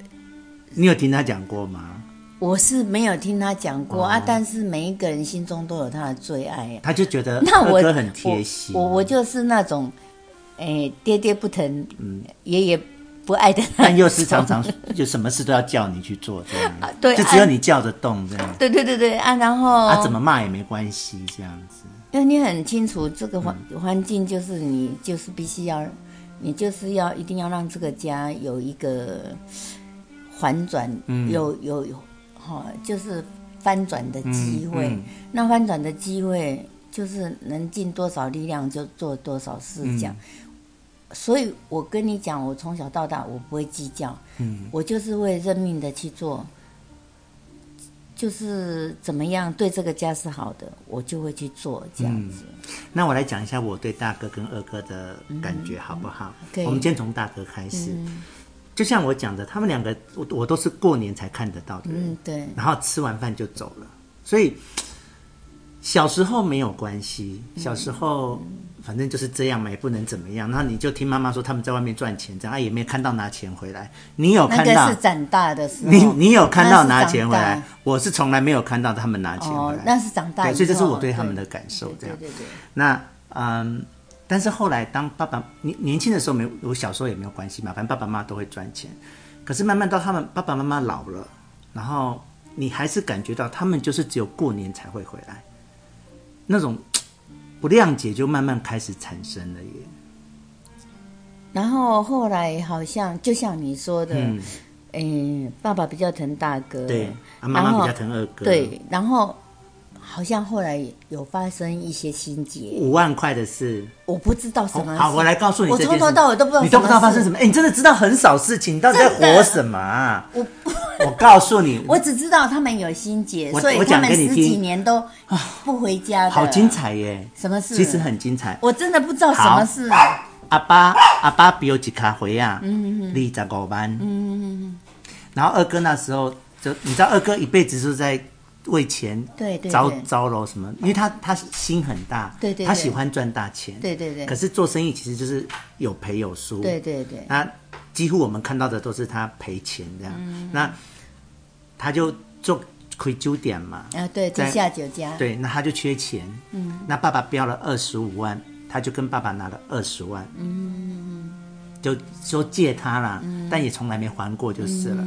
Speaker 1: 你有听他讲过吗？
Speaker 2: 我是没有听他讲
Speaker 1: 哦
Speaker 2: 过、啊，但是每一个人心中都有他的最爱呀、
Speaker 1: 他就觉得
Speaker 2: 那
Speaker 1: 二
Speaker 2: 我
Speaker 1: 呃哥很贴心。
Speaker 2: 我我我就是那种，哎、爹爹不疼，爷爷不爱的那
Speaker 1: 嗯但又是
Speaker 2: 种
Speaker 1: 常常就什么事都要叫你去做，这样、
Speaker 2: 啊对
Speaker 1: 就
Speaker 2: 哎
Speaker 1: 只有你叫得动这样，
Speaker 2: 对对对对啊，然后
Speaker 1: 他、怎么骂也没关系这样子。
Speaker 2: 因为你很清楚这个环
Speaker 1: 嗯
Speaker 2: 环境，就是你就是必须要，你就是要一定要让这个家有一个反转，
Speaker 1: 嗯
Speaker 2: 有有有，哈、就是翻转的机会。
Speaker 1: 嗯嗯
Speaker 2: 那翻转的机会就是能尽多少力量就做多少事，这样。
Speaker 1: 嗯
Speaker 2: 所以我跟你讲，我从小到大我不会计较，
Speaker 1: 嗯
Speaker 2: 我就是会认命的去做。就是怎么样对这个家是好的，我就会去做这样子。
Speaker 1: 那我来讲一下我对大哥跟二哥的感觉好不好？
Speaker 2: 可以
Speaker 1: 我们今天从大哥开始，
Speaker 2: 嗯
Speaker 1: 就像我讲的，他们两个我我都是过年才看得到的人，
Speaker 2: 嗯，对，
Speaker 1: 然后吃完饭就走了。所以小时候没有关系，
Speaker 2: 嗯
Speaker 1: 小时候反正就是这样嘛，也不能怎么样。然后你就听妈妈说他们在外面赚钱，这样、啊、也没看到拿钱回来。你有
Speaker 2: 那
Speaker 1: 看
Speaker 2: 个
Speaker 1: 到
Speaker 2: 是？长大的时候，
Speaker 1: 你你有看到拿
Speaker 2: 那是
Speaker 1: 钱
Speaker 2: 长
Speaker 1: 回
Speaker 2: 大
Speaker 1: 来？我是从来没有看到他们拿钱回
Speaker 2: 哦
Speaker 1: 来，，
Speaker 2: 那是长大以
Speaker 1: 对，
Speaker 2: 后，
Speaker 1: 所以这是我对他们的感受。这
Speaker 2: 对
Speaker 1: 样
Speaker 2: 对，对对，
Speaker 1: 那嗯，但是后来当爸爸年年轻的时候没有，我小时候也没有关系嘛，反正爸爸妈妈都会赚钱。可是慢慢到他们爸爸妈妈老了，然后你还是感觉到他们就是只有过年才会回来，那种不谅解就慢慢开始产生了耶。
Speaker 2: 然后后来好像就像你说的，嗯、爸爸比较疼大哥，
Speaker 1: 对，啊，妈
Speaker 2: 然
Speaker 1: 妈
Speaker 2: 后
Speaker 1: 比较疼二哥。，
Speaker 2: 对，然后好像后来有发生一些心结，
Speaker 1: 五万块的事，哦
Speaker 2: 我不知道什么事、
Speaker 1: 好，我来告诉你
Speaker 2: 我
Speaker 1: 这件事，
Speaker 2: 从头到尾都不知道
Speaker 1: 你都不知道
Speaker 2: 什么
Speaker 1: 发
Speaker 2: 事
Speaker 1: 生什么。哎，你真的知道很少事情，你到底在
Speaker 2: 真的
Speaker 1: 活什么啊？
Speaker 2: 我
Speaker 1: 我告诉你，
Speaker 2: 我只知道他们有心结，
Speaker 1: 我
Speaker 2: 所以
Speaker 1: 我
Speaker 2: 他
Speaker 1: 讲
Speaker 2: 们
Speaker 1: 给你
Speaker 2: 十几
Speaker 1: 听啊
Speaker 2: 年都不回家的。
Speaker 1: 好精！彩耶！
Speaker 2: 什么事？
Speaker 1: 其实，很精彩。
Speaker 2: 我真的不知道什
Speaker 1: 好
Speaker 2: 么事。
Speaker 1: 阿爸阿爸比我一卡回啊，嗯嗯，二十五万，嗯嗯然后二哥那时候就你知道，二哥一辈子都在为钱
Speaker 2: 对对
Speaker 1: 招
Speaker 2: 对
Speaker 1: 招楼什么，因为他他心很大，
Speaker 2: 对对对
Speaker 1: 他喜欢赚大钱，
Speaker 2: 对对对
Speaker 1: 可是做生意其实就是有赔有输，
Speaker 2: 对对对，
Speaker 1: 那几乎我们看到的都是他赔钱这样，
Speaker 2: 嗯
Speaker 1: 那他就做亏酒点嘛，
Speaker 2: 啊，对，地
Speaker 1: 在
Speaker 2: 下酒家，
Speaker 1: 对，那他就缺钱，嗯，那爸爸标了二十五万，他就跟爸爸拿了二十万，嗯，就说借他啦，但也从来没还过就是了。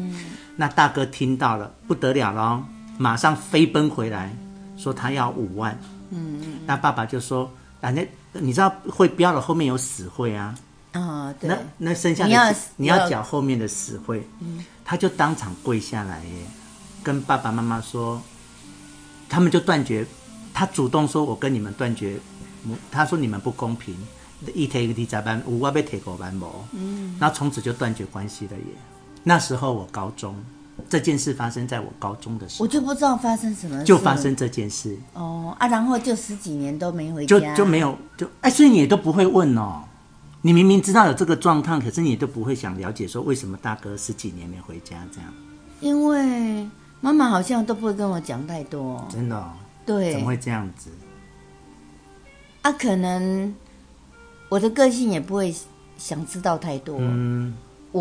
Speaker 1: 那大哥听到了不得了喽，马上飞奔回来，说他要五万，嗯，那爸爸就说啊，那你知道会标了后面有死会啊，
Speaker 2: 啊，对
Speaker 1: 那，那剩下的
Speaker 2: 你要
Speaker 1: 你
Speaker 2: 要嗯
Speaker 1: 要缴后面的实惠，他就当场跪下来耶，跟爸爸妈妈说，他们就断绝，他主动说我跟你们断绝，嗯他说你们不公平，一天一个加班，有我被铁狗班磨，嗯，然后从此就断绝关系了耶。那时候我高中，这件事发生在我高中的时
Speaker 2: 我
Speaker 1: 候，
Speaker 2: 就不知道发生什么事，
Speaker 1: 就发生这件事，
Speaker 2: 哦啊，然后就十几年都没回
Speaker 1: 就
Speaker 2: 家，
Speaker 1: 就没有就哎，所以你也都不会问哦。你明明知道有这个状况，可是你都不会想了解说为什么大哥十几年没回家这样，
Speaker 2: 因为妈妈好像都不会跟我讲太多，
Speaker 1: 真的、哦、怎
Speaker 2: 对
Speaker 1: 么，会这样子？
Speaker 2: 啊，可能我的个性也不会想知道太多，
Speaker 1: 嗯，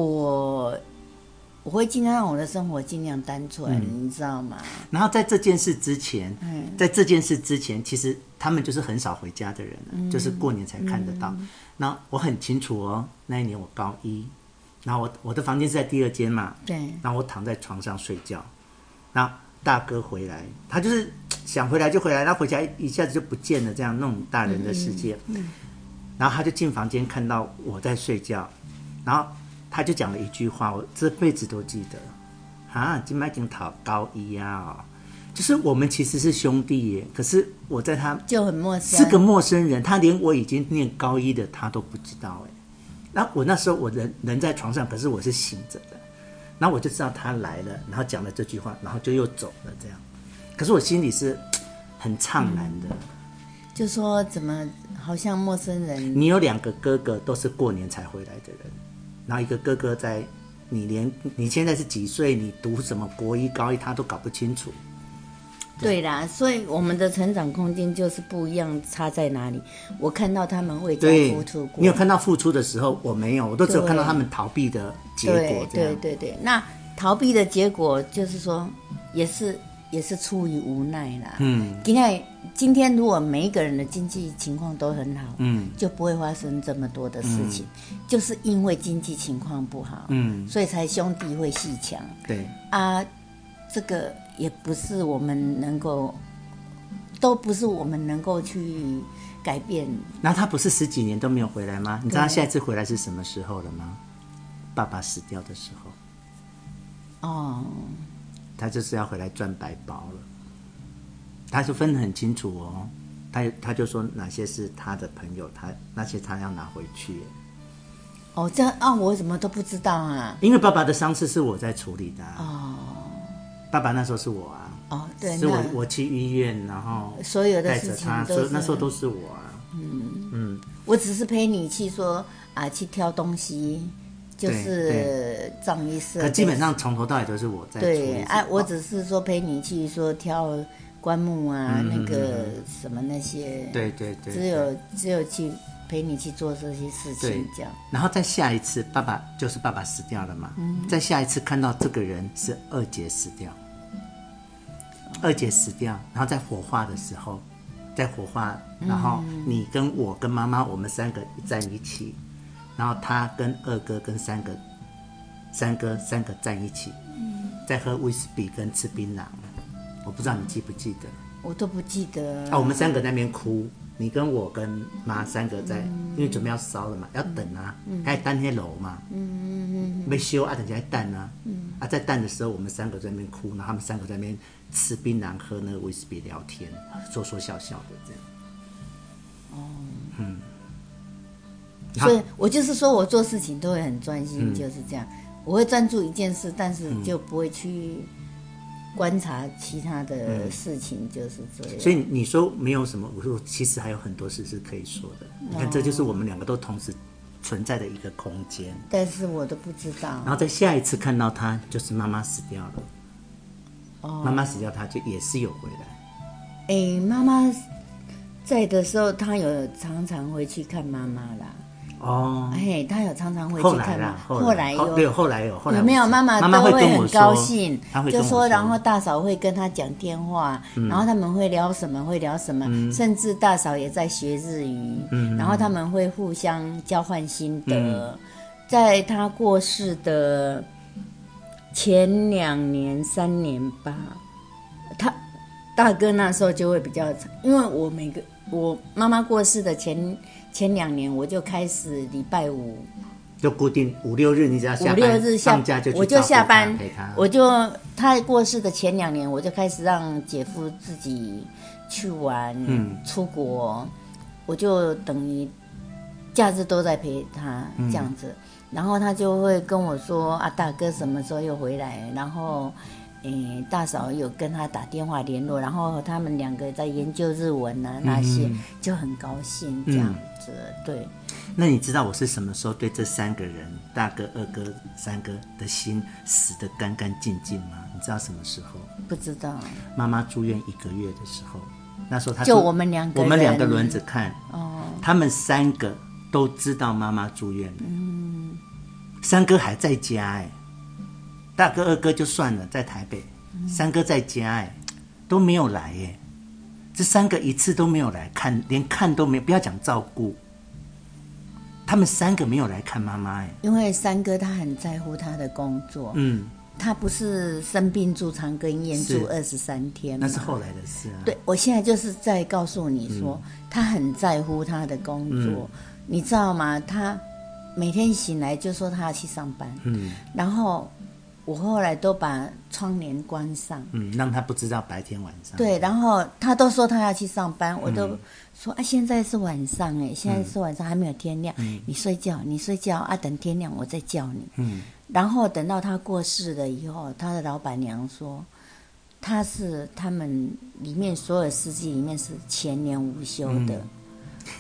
Speaker 2: 我我会尽量让我的生活尽量单纯，
Speaker 1: 嗯
Speaker 2: 你知道吗？
Speaker 1: 然后在这件事之前，在这件事之前，其实他们就是很少回家的人了，就是过年才看得到。那我很清楚哦，那一年我高一，然后我我的房间是在第二间嘛，
Speaker 2: 对，
Speaker 1: 然后我躺在床上睡觉，那大哥回来，他就是想回来就回来，他回家一下子就不见了，这样那种大人的世界。然后他就进房间看到我在睡觉，然后他就讲了一句话，我这辈子都记得啊，金麦金讨高一啊、哦，就是我们其实是兄弟耶，可是我在他
Speaker 2: 就很陌生，
Speaker 1: 是个陌生人，他连我已经念高一的他都不知道哎。那我那时候我人人在床上，可是我是醒着的，然后我就知道他来了，然后讲了这句话，然后就又走了这样。可是我心里是很怅然的。
Speaker 2: 就说怎么好像陌生人，
Speaker 1: 你有两个哥哥都是过年才回来的人，然后一个哥哥在，你连你现在是几岁，你读什么国一、高一，他都搞不清楚。
Speaker 2: 对啦，所以我们的成长空间就是不一样，差在哪里？我看到他们为家
Speaker 1: 对
Speaker 2: 付出，过，
Speaker 1: 你有看到付出的时候，我没有，我都只有看到他们逃避的结
Speaker 2: 对
Speaker 1: 果。这
Speaker 2: 对
Speaker 1: 样，
Speaker 2: 对对，那逃避的结果就是说，也是也是出于无奈啦。嗯，今天今天如果每一个人的经济情况都很好，嗯，就不会发生这么多的事情，就是因为经济情况不好，
Speaker 1: 嗯，
Speaker 2: 所以才兄弟会戏强
Speaker 1: 对，
Speaker 2: 啊。这个也不是我们能够，都不是我们能够去改变。
Speaker 1: 然后他不是十几年都没有回来吗？你知道他
Speaker 2: 对
Speaker 1: 下一次回来是什么时候了吗？爸爸死掉的时候，
Speaker 2: 哦，
Speaker 1: 他就是要回来赚百宝了。他就分得很清楚哦，他他就说哪些是他的朋友，他那些他要拿回去耶。
Speaker 2: 哦，这样啊，我怎么都不知道啊？
Speaker 1: 因为爸爸的伤势是我在处理的、啊。爸爸那时候是我啊，
Speaker 2: 哦，对，
Speaker 1: 是
Speaker 2: 那
Speaker 1: 我我去医院，然后
Speaker 2: 所有的
Speaker 1: 带着
Speaker 2: 事情
Speaker 1: 他，
Speaker 2: 都
Speaker 1: 所以
Speaker 2: 是
Speaker 1: 那时候都是我啊。
Speaker 2: 我只是陪你去说啊，去挑东西，就是葬仪社
Speaker 1: 可
Speaker 2: 的。
Speaker 1: 啊基本上从头到尾都是哦我在处理
Speaker 2: 对，
Speaker 1: 什么。
Speaker 2: 哎、我只是说陪你去说挑棺木啊，
Speaker 1: 嗯
Speaker 2: 那个什么那些，，
Speaker 1: 对对对，
Speaker 2: 只有只有去陪你去做这些事
Speaker 1: 对
Speaker 2: 情，这样。
Speaker 1: 然后再下一次，爸爸就是爸爸死掉了嘛。再下一次看到这个人是二姐死掉，二姐死掉，然后在火化的时候，在火化，然后你跟我跟妈妈，我们三个站一起，然后他跟二哥跟三个，三哥三个站一起，在喝威士忌跟吃槟榔，我不知道你记不记得。
Speaker 2: 我都不记得
Speaker 1: 啊，我们三个在那边哭，你跟我跟妈三个在，因为准备要烧了嘛，要等啊，还等那楼嘛，被修啊，等下还等啊，啊，在等的时候，我们三个在那边哭，然后他们三个在那边吃槟榔、喝那个威士忌、聊天，说说笑笑的这样。好
Speaker 2: 所以我就是说我做事情都会很专
Speaker 1: 嗯
Speaker 2: 心，就是这样。我会专注一件事，但是就不会去观察其他的事情，就是这样。
Speaker 1: 嗯所以你说没有什么，我说其实还有很多事是可以说的。你看，这就是我们两个都同时存在的一个空间。
Speaker 2: 但是我都不知道
Speaker 1: 然。后在下一次看到他，就是妈妈死掉了。
Speaker 2: 哦
Speaker 1: 妈妈死掉，他就也是有回来。
Speaker 2: 哎，妈妈在的时候，她有常常会去看妈妈啦。
Speaker 1: 哦，
Speaker 2: 哎，她有常常会
Speaker 1: 后
Speaker 2: 去
Speaker 1: 来
Speaker 2: 看妈
Speaker 1: 啦，
Speaker 2: 妈。
Speaker 1: 后来
Speaker 2: 有
Speaker 1: 对，哦后来有，后来
Speaker 2: 有没有
Speaker 1: 我知
Speaker 2: 妈
Speaker 1: 道
Speaker 2: 妈
Speaker 1: 妈
Speaker 2: 都
Speaker 1: 会跟我
Speaker 2: 很
Speaker 1: 说
Speaker 2: 高兴
Speaker 1: 她，会
Speaker 2: 就
Speaker 1: 跟我嗯
Speaker 2: 然后大嫂会跟她讲电话，然后他们会聊什么，会聊什么，甚至大嫂也在学日语，
Speaker 1: 嗯
Speaker 2: 然后他们会互相交换心得。在她过世的前两年、三年吧，他大哥那时候就会比较，因为我每个我妈妈过世的前前两年，我就开始礼拜五。
Speaker 1: 就固定五六日，你只要下班
Speaker 2: 五六日下
Speaker 1: 放假就去
Speaker 2: 我就
Speaker 1: 照顾
Speaker 2: 下
Speaker 1: 她
Speaker 2: 班
Speaker 1: 陪他，。
Speaker 2: 我就他过世的前两年，我就开始让姐夫自己去玩，
Speaker 1: 嗯
Speaker 2: 出国，我就等于假日都在陪他这样子。
Speaker 1: 嗯
Speaker 2: 然后他就会跟我说啊，大哥什么时候又回来？然后，诶，大嫂有跟他打电话联络，然后他们两个在研究日文啊那些，
Speaker 1: 嗯
Speaker 2: 就很高兴这样子。对，
Speaker 1: 那你知道我是什么时候对这三个人，大哥、二哥、三哥的心死得干干净净吗？你知道什么时候？
Speaker 2: 不知道，
Speaker 1: 妈妈住院一个月的时候，那时候他
Speaker 2: 就我们两个
Speaker 1: 我们两个
Speaker 2: 人哦
Speaker 1: 轮着看，他们三个都知道妈妈住院了，
Speaker 2: 嗯
Speaker 1: 三哥还在家哎、大哥二哥就算了，在台北，
Speaker 2: 嗯
Speaker 1: 三哥在家哎、都没有来哎、这三个一次都没有来看，连看都没有，不要讲照顾，他们三个没有来看妈妈哎、
Speaker 2: 因为三哥他很在乎他的工作，
Speaker 1: 嗯，
Speaker 2: 他不是生病住长庚医院住二十三天吗
Speaker 1: 那是后来嗯的事啊，
Speaker 2: 对，我现在就是在告诉你说，他很在乎他的工作，
Speaker 1: 嗯
Speaker 2: 你知道吗？他每天醒来就说他要去上班，嗯，然后我后来都把窗帘关上，
Speaker 1: 嗯，让他不知道白天晚上，
Speaker 2: 对，然后他都说他要去上班，我都说、啊，现在是晚上哎，现在是晚上还没有天亮，你睡觉，你睡觉啊，等天亮我再叫你。嗯，然后等到他过世了以后，他的老板娘说，他是他们里面所有司机里面是全年无休的，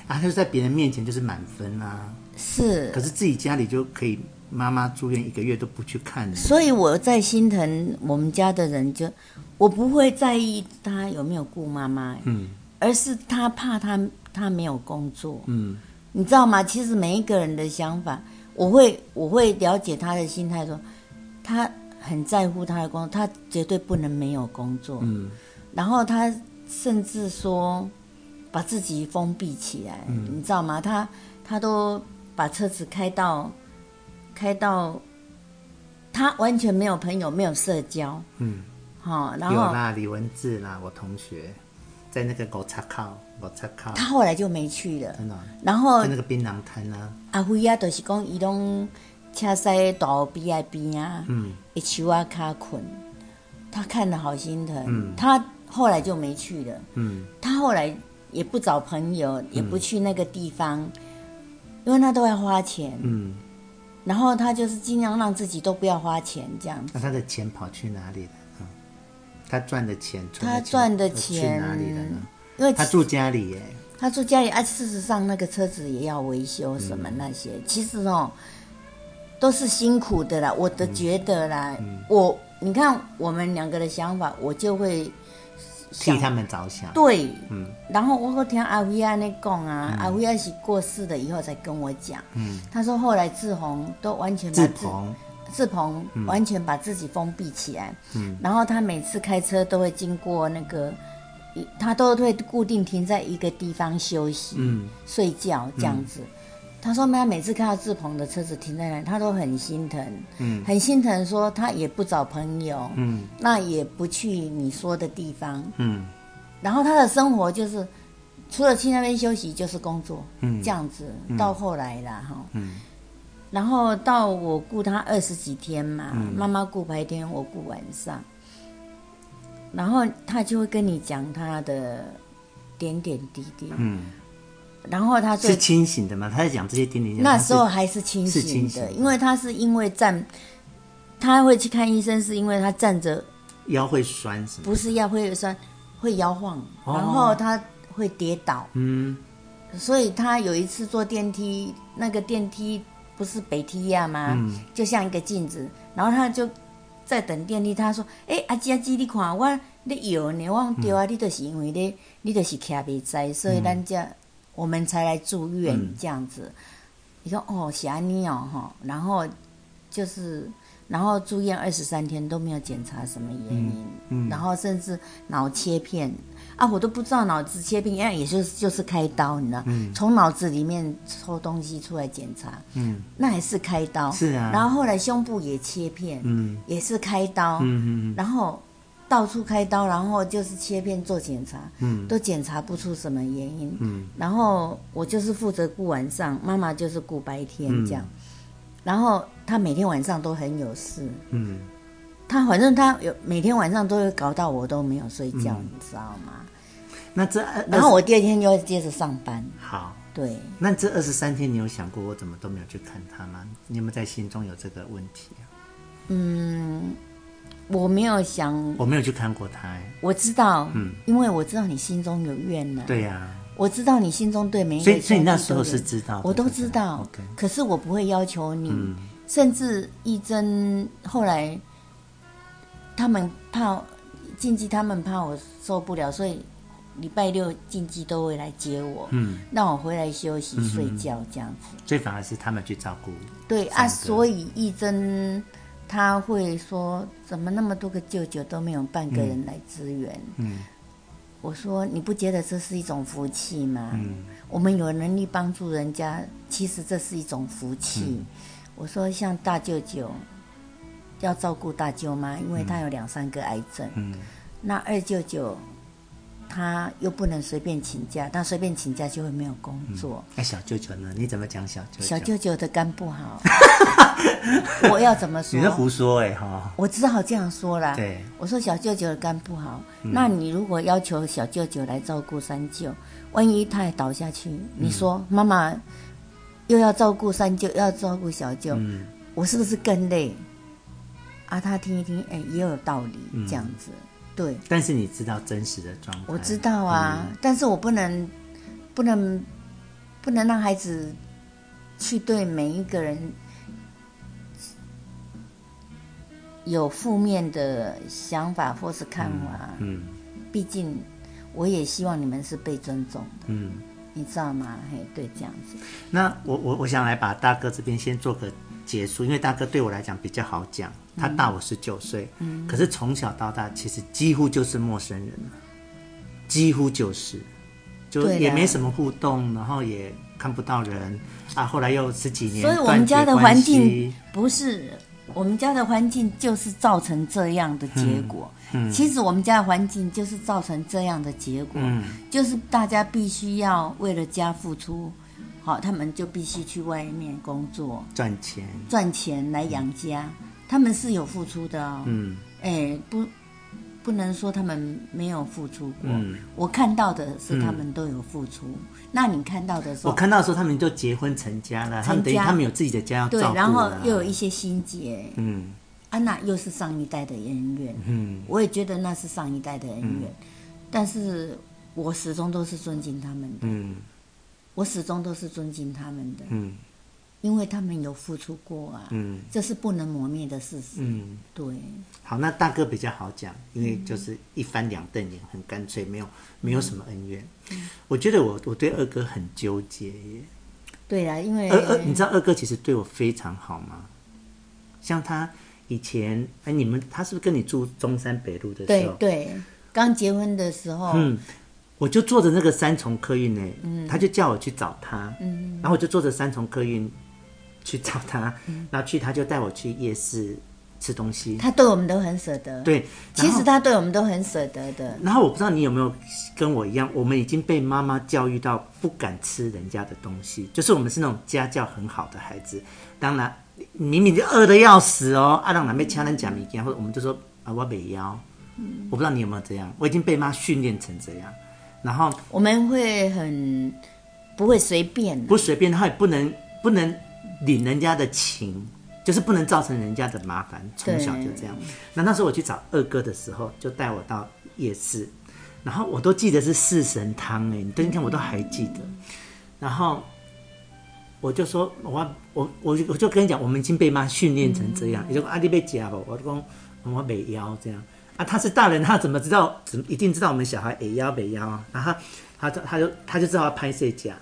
Speaker 1: 啊，他就在别人面前就是满分啊。
Speaker 2: 是
Speaker 1: 可是自己家里就可以妈妈住院一个月都不去看人，
Speaker 2: 所以我在心疼我们家的人就，我不会在意他有没有顾妈妈，嗯，而是他怕他他没有工作，嗯，你知道吗？其实每一个人的想法，我会我会了解他的心态说，他很在乎他的工作，他绝对不能没有工作，嗯，然后他甚至说把自己封闭起来，
Speaker 1: 嗯
Speaker 2: 你知道吗？他他都把车子开到。开到他完全没有朋友，没有社交，
Speaker 1: 嗯，
Speaker 2: 好、然
Speaker 1: 有
Speaker 2: 后
Speaker 1: 啦，李文志啦，我同学在那个狗叉靠，狗叉靠，
Speaker 2: 他后来就没去了。
Speaker 1: 真的哦
Speaker 2: 然后
Speaker 1: 在那个槟榔摊啊，
Speaker 2: 阿辉啊，就是讲伊拢车塞到边啊边啊，嗯，一树啊卡困，他看了好心疼。他后来就没去了。
Speaker 1: 嗯，
Speaker 2: 他后来也不找朋友，也不去那个地方，因为他都要花钱。
Speaker 1: 嗯，
Speaker 2: 然后他就是尽量让自己都不要花钱这样
Speaker 1: 那他的钱跑去哪里了？嗯，他赚的钱，存
Speaker 2: 他
Speaker 1: 的钱
Speaker 2: 赚的
Speaker 1: 都去哪里了呢？
Speaker 2: 因为
Speaker 1: 他住家里耶，
Speaker 2: 他住家里啊，事实上那个车子也要维修什么那些，
Speaker 1: 嗯
Speaker 2: 其实哦，都是辛苦的啦。我的觉得啦，
Speaker 1: 嗯
Speaker 2: 我你看我们两个的想法，我就会
Speaker 1: 替
Speaker 2: 想
Speaker 1: 他们着想。
Speaker 2: 对，嗯。然后我听阿辉安那讲
Speaker 1: 嗯
Speaker 2: 啊，阿辉安是过世了以后才跟我讲，嗯，他说后来志宏都完全把
Speaker 1: 志
Speaker 2: 自
Speaker 1: 鹏，
Speaker 2: 志鹏完全把自己封闭起来，然后他每次开车都会经过那个，一他都会固定停在一个地方休息、
Speaker 1: 嗯
Speaker 2: 睡觉这样子。他说他每次看到志鹏的车子停在那里，他都很心疼，
Speaker 1: 嗯
Speaker 2: 很心疼，说他也不找朋友，
Speaker 1: 嗯
Speaker 2: 那也不去你说的地方，
Speaker 1: 嗯
Speaker 2: 然后他的生活就是除了去那边休息就是工作，
Speaker 1: 嗯
Speaker 2: 这样子到后来啦哈，
Speaker 1: 嗯
Speaker 2: 然后到我雇他二十几天嘛，
Speaker 1: 嗯
Speaker 2: 妈妈雇白天，我雇晚上，然后他就会跟你讲他的点点滴滴，
Speaker 1: 嗯，
Speaker 2: 然后他
Speaker 1: 是
Speaker 2: 最
Speaker 1: 清醒的吗？他在讲这些点点。
Speaker 2: 那时候
Speaker 1: 他是
Speaker 2: 还是清醒的，
Speaker 1: 是清醒的
Speaker 2: 因为他是因为站，他会去看医生是因为他站着
Speaker 1: 腰会酸什么？
Speaker 2: 不是要会酸，会摇晃，
Speaker 1: 哦
Speaker 2: 然后他会跌倒，
Speaker 1: 嗯
Speaker 2: 所以他有一次坐电梯，那个电梯不是北梯呀吗？
Speaker 1: 嗯
Speaker 2: 就像一个镜子，然后他就在等电梯，他说：“诶，阿姐阿姐，你看我你摇呢，我讲对啊，你就是因为
Speaker 1: 嗯
Speaker 2: 你你就是徛袂在，所以咱这、我们才来住院、
Speaker 1: 嗯
Speaker 2: 这样子。”你说哦，是安尼哦吼，然后就是然后住院二十三天都没有检查什么原因，
Speaker 1: 嗯嗯
Speaker 2: 然后甚至脑切片啊，我都不知道脑子切片，因为也就是就是开刀，你知道，从脑子里面抽东西出来检查，
Speaker 1: 嗯
Speaker 2: 那还是开刀，
Speaker 1: 是啊
Speaker 2: 然后后来胸部也切片，
Speaker 1: 嗯
Speaker 2: 也是开刀，
Speaker 1: 嗯嗯
Speaker 2: 然后到处开刀，然后就是切片做检查，
Speaker 1: 嗯
Speaker 2: 都检查不出什么原因。
Speaker 1: 嗯
Speaker 2: 然后我就是负责顾晚上，妈妈就是顾白
Speaker 1: 嗯
Speaker 2: 天这样。然后她每天晚上都很有事，
Speaker 1: 嗯
Speaker 2: 她反正她有每天晚上都会搞到我都没有睡觉，你知道吗？
Speaker 1: 嗯。那这二
Speaker 2: 然后我第二天又接着上班，
Speaker 1: 好，
Speaker 2: 对，
Speaker 1: 那这二十三天你有想过我怎么都没有去看他吗？你有没有在心中有这个问题啊？
Speaker 2: 我没有想，
Speaker 1: 我没有去看过他、哎
Speaker 2: 我知道，因为我知道你心中有怨呢、
Speaker 1: 对呀、啊
Speaker 2: 我知道你心中对每一个
Speaker 1: 所以所以你
Speaker 2: 兄弟
Speaker 1: 那时候
Speaker 2: 都有
Speaker 1: 是知道的
Speaker 2: 嗯我都
Speaker 1: 啊对不对啊
Speaker 2: 知道
Speaker 1: OK。嗯
Speaker 2: 可是我不会要求你，甚至一真后来他们怕禁忌，他们怕我受不了，所以礼拜六禁忌都会来接我，
Speaker 1: 嗯
Speaker 2: 让我回来休息、睡觉这样子。
Speaker 1: 所以反而是他们去照顾。
Speaker 2: 对啊，
Speaker 1: 三个
Speaker 2: 所以一真他会说，怎么那么多个舅舅都没有半个人来支援？
Speaker 1: 嗯
Speaker 2: 我说你不觉得这是一种福气吗？
Speaker 1: 嗯
Speaker 2: 我们有能力帮助人家，其实这是一种福气。
Speaker 1: 嗯
Speaker 2: 我说像大舅舅要照顾大舅妈，因为他有两三个癌症，
Speaker 1: 嗯
Speaker 2: 那二舅舅他又不能随便请假，他随便请假就会没有工作。
Speaker 1: 那、哎小舅舅呢？你怎么讲小舅舅？
Speaker 2: 小舅舅的肝不好， 我要怎么说
Speaker 1: 你？是胡说哎、哈。
Speaker 2: 我只好这样说啦。
Speaker 1: 对，
Speaker 2: 我说小舅舅的肝不好，
Speaker 1: 嗯
Speaker 2: 那你如果要求小舅舅来照顾三舅，万一他也倒下去，你
Speaker 1: 嗯
Speaker 2: 说妈妈又要照顾三舅，又要照顾小舅，
Speaker 1: 嗯
Speaker 2: 我是不是更累？啊，他听一听，哎，也有道理，
Speaker 1: 嗯
Speaker 2: 这样子，对
Speaker 1: 但是你知道真实的状态，
Speaker 2: 我知道啊，
Speaker 1: 嗯
Speaker 2: 但是我不能，不能，不能让孩子去对每一个人有负面的想法或是看法，
Speaker 1: 嗯
Speaker 2: 毕竟我也希望你们是被尊重的，
Speaker 1: 嗯。
Speaker 2: 你知道吗？嘿，对，这样子，
Speaker 1: 那我我我想来把大哥这边先做个结束，因为大哥对我来讲比较好讲，他大我十九岁，嗯，可是从小到大其实几乎就是陌生人了，几乎就是，就
Speaker 2: 对啦
Speaker 1: 也没什么互动，然后也看不到人啊，后来又十几年，
Speaker 2: 所以我们家的环境，不是我们家的环境就是造成这样的结果。其实我们家的环境就是造成这样的结果，
Speaker 1: 嗯
Speaker 2: 就是大家必须要为了家付出，好，他们就必须去外面工作
Speaker 1: 赚钱，
Speaker 2: 赚钱来养家，他们是有付出的哦。
Speaker 1: 嗯
Speaker 2: 哎，不，不能说他们没有付出过。
Speaker 1: 嗯，
Speaker 2: 我看到的是他们都有付出，那你看到的时
Speaker 1: 我
Speaker 2: 候，
Speaker 1: 看到的时候他们就结婚成家了，他们等于
Speaker 2: 成家
Speaker 1: 他们有自己的家要
Speaker 2: 对，
Speaker 1: 照顾啊
Speaker 2: 然后
Speaker 1: 了
Speaker 2: 又有一些心结。
Speaker 1: 嗯
Speaker 2: 安娜又是上一代的恩怨，
Speaker 1: 嗯
Speaker 2: 我也觉得那是上一代的恩怨，但是我始终都是尊敬他们的，
Speaker 1: 嗯
Speaker 2: 我始终都是尊敬他们的，
Speaker 1: 嗯
Speaker 2: 因为他们有付出过啊，
Speaker 1: 嗯
Speaker 2: 这是不能磨灭的事实。
Speaker 1: 嗯。
Speaker 2: 对，
Speaker 1: 好，那大哥比较好讲，因为就是一翻两瞪眼，很干脆，
Speaker 2: 嗯
Speaker 1: 没有没有什么恩怨。我觉得我我对二哥很纠结耶。
Speaker 2: 对啦，因为
Speaker 1: 二二，呃你知道二哥其实对我非常好吗？像他以前，哎，你们他是不是跟你住中山北路的时
Speaker 2: 对
Speaker 1: 候？
Speaker 2: 对，刚结婚的时候，
Speaker 1: 嗯，我就坐着那个三重客运呢、
Speaker 2: 嗯
Speaker 1: 他就叫我去找他，然后我就坐着三重客运去找他，然后去他就带我去夜市吃东西。
Speaker 2: 嗯他对我们都很舍得，，
Speaker 1: 对，然
Speaker 2: 其
Speaker 1: 后
Speaker 2: 实他对我们都很舍得的，
Speaker 1: 然后我不知道你有没有跟我一样，我们已经被妈妈教育到不敢吃人家的东西，就是我们是那种家教很好的孩子。当然，明明就饿得要死哦，啊，让南被掐人讲米干，或者我们就说啊，我北腰。我不知道你有没有这样，我已经被妈训练成这样，然后
Speaker 2: 我们会很不会随便啊、
Speaker 1: 不随便，然后也不能不能领人家的情，就是不能造成人家的麻烦，从小就这样。那那时候我去找二哥的时候，就带我到夜市，然后我都记得是四神汤哎、你今天我都还记得。然后我就说，我要我我就我就跟你讲，我们已经被妈训练成这样，你就阿弟被夹了，我就讲我没腰这样。啊，他是大人，他怎么知道？怎么一定知道我们小孩诶腰没腰啊？然后他他他就他就知道要拍谁夹，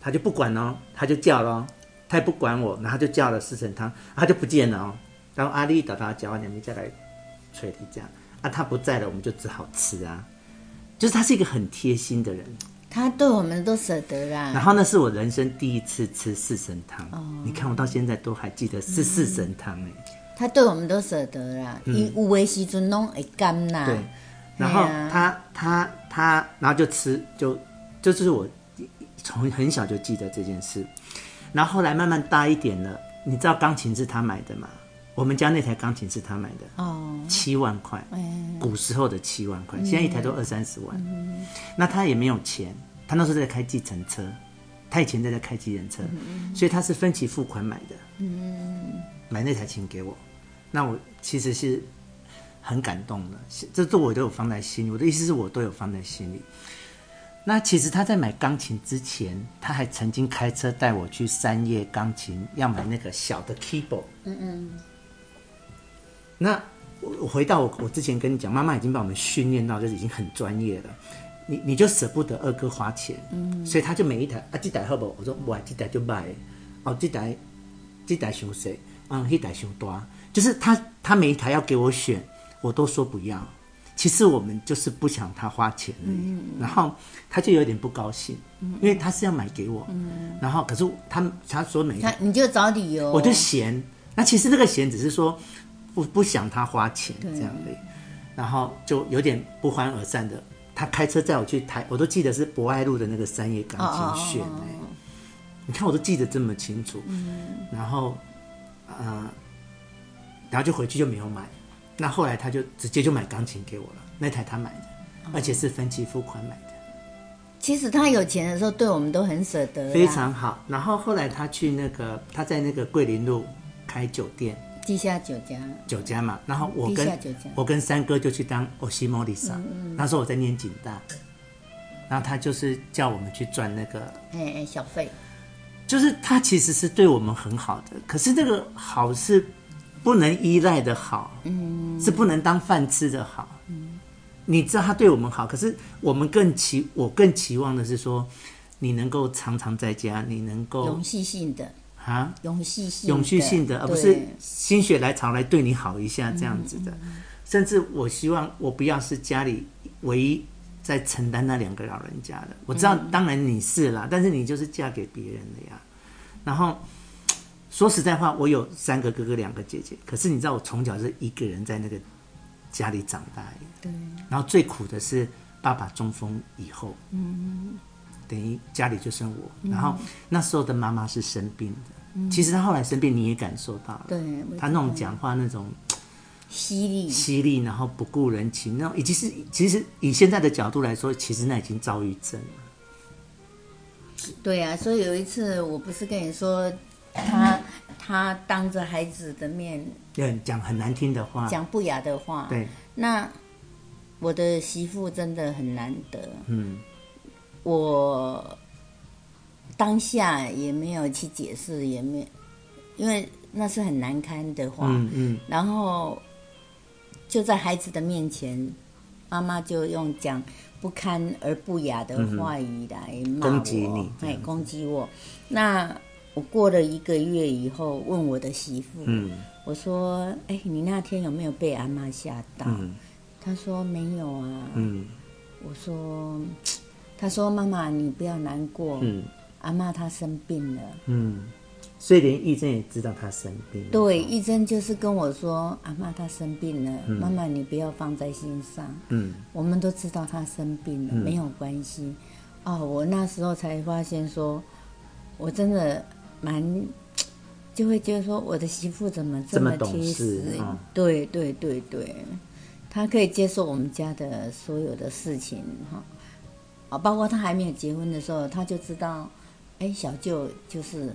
Speaker 1: 他就不管哦，他就叫咯，他也不管我，然后他就叫了四神汤，他就不见了哦。然后阿丽找他叫完，你们再来催你这样啊，他不在了，我们就只好吃啊。就是他是一个很贴心的人，
Speaker 2: 他对我们都舍得
Speaker 1: 然
Speaker 2: 啦，
Speaker 1: 后那是我人生第一次吃四神汤，你看我到现在都还记得是四神汤哎、
Speaker 2: 他对我们都舍得啦，伊、有的时阵拢会甘
Speaker 1: 嗯
Speaker 2: 啦，
Speaker 1: 对，然后
Speaker 2: 对啊
Speaker 1: 他、他他，然后就吃，就这就是我从很小就记得这件事。然后后来慢慢大一点了，你知道钢琴是他买的吗？我们家那台钢琴是他买的，
Speaker 2: 哦，哎
Speaker 1: 七万块，古时候的七万块，现在一台都二三十万。那他也没有钱，他那时候在开计程车，他以前在在开计程车，所以他是分期付款买的，买那台琴给我。那我其实是很感动的，是这都我都有放在心里。我的意思是我都有放在心里。那其实他在买钢琴之前，他还曾经开车带我去三叶钢琴，要买那个小的 keyboard。嗯嗯。那我我回到我我之前跟你讲，妈妈已经把我们训练到就是已经很专业了。你你就舍不得二哥花钱，嗯，所以他就每一台啊，这台好不好？我说我这台就买，哦，这台这台伤小，嗯，那台伤大，就是他他每一台要给我选，我都说不要。其实我们就是不想他花钱而已，然后他就有点不高兴，因为他是要买给我，然后可是他他说每一
Speaker 2: 他
Speaker 1: 台
Speaker 2: 你就找理由，
Speaker 1: 我就嫌，那其实这个嫌只是说不不想他花钱这样而已，然后就有点不欢而散的。他开车载我去台，我都记得是博爱路的那个三叶钢
Speaker 2: 哦嗯
Speaker 1: 琴选、欸，你看我都记得这么清楚，然后，呃，然后就回去就没有买，那后来他就直接就买钢琴给我了，那台他买的，
Speaker 2: 哦
Speaker 1: 而且是分期付款买的。
Speaker 2: 其实他有钱的时候对我们都很舍得啦，
Speaker 1: 非常好。然后后来他去那个，他在那个桂林路开酒店
Speaker 2: 地下酒家，
Speaker 1: 酒家嘛，然后我
Speaker 2: 地下
Speaker 1: 跟
Speaker 2: 酒家嗯
Speaker 1: 我跟三哥就去当欧西莫里萨，那时候我在念警大，然后他就是叫我们去赚那个，
Speaker 2: 哎哎，小费，
Speaker 1: 就是他其实是对我们很好的，可是这个好是不能依赖的好，嗯，是不能当饭吃的好。
Speaker 2: 嗯
Speaker 1: 你知道他对我们好，可是我们更期，我更期望的是说，你能够常常在家，你能够
Speaker 2: 永续性的，
Speaker 1: 啊，
Speaker 2: 永续性的，
Speaker 1: 哦永续性的，而不
Speaker 2: 对
Speaker 1: 是心血来潮来对你好一下这样子
Speaker 2: 嗯
Speaker 1: 的。甚至我希望我不要是家里唯一在承担那两个老人家的。我知道，当然你是
Speaker 2: 嗯
Speaker 1: 啦，但是你就是嫁给别人的呀。然后说实在话，我有三个哥哥，两个姐姐，可是你知道，我从小是一个人在那个家里长大耶。
Speaker 2: 对，
Speaker 1: 然后最苦的是爸爸中风以后，嗯，等于家里就剩
Speaker 2: 嗯
Speaker 1: 我。然后那时候的妈妈是生病的，其实她后来生病你也感受到了，
Speaker 2: 对
Speaker 1: 她那种讲话那种
Speaker 2: 犀利，
Speaker 1: 犀利，然后不顾人情，那种已经是其实以现在的角度来说，其实那已经躁郁症了。
Speaker 2: 对啊，所以有一次我不是跟你说，他他当着孩子的面
Speaker 1: 对，讲很难听的话，
Speaker 2: 讲不雅的话，
Speaker 1: 啊对，
Speaker 2: 那我的媳妇真的很难得，
Speaker 1: 嗯，
Speaker 2: 我当下也没有去解释，也没有，因为那是很难堪的话，
Speaker 1: 嗯嗯，
Speaker 2: 然后就在孩子的面前，妈妈就用讲不堪而不雅的话语来骂我，
Speaker 1: 攻击你这
Speaker 2: 哎
Speaker 1: 样，子
Speaker 2: 攻击我。那我过了一个月以后，问我的媳妇，
Speaker 1: 嗯
Speaker 2: 我说：“哎，你那天有没有被阿妈吓到？”
Speaker 1: 嗯
Speaker 2: 她说：“没有啊。
Speaker 1: 嗯
Speaker 2: 我说：“她说妈妈，你不要难过，
Speaker 1: 嗯
Speaker 2: 阿妈她生病了。”
Speaker 1: 嗯，所以连义珍也知道她生病了，
Speaker 2: 对，医生就是跟我说：“阿妈她生病了，妈妈你不要放在心上。
Speaker 1: 嗯
Speaker 2: 我们都知道她生病了，没有关系。”哦，我那时候才发现说，我真的蛮就会觉得说，我的媳妇怎么
Speaker 1: 这么
Speaker 2: 么
Speaker 1: 懂
Speaker 2: 贴
Speaker 1: 事
Speaker 2: 实？
Speaker 1: 嗯
Speaker 2: 对对对对，她可以接受我们家的所有的事情哈。啊，包括她还没有结婚的时候，她就知道，哎，小舅就是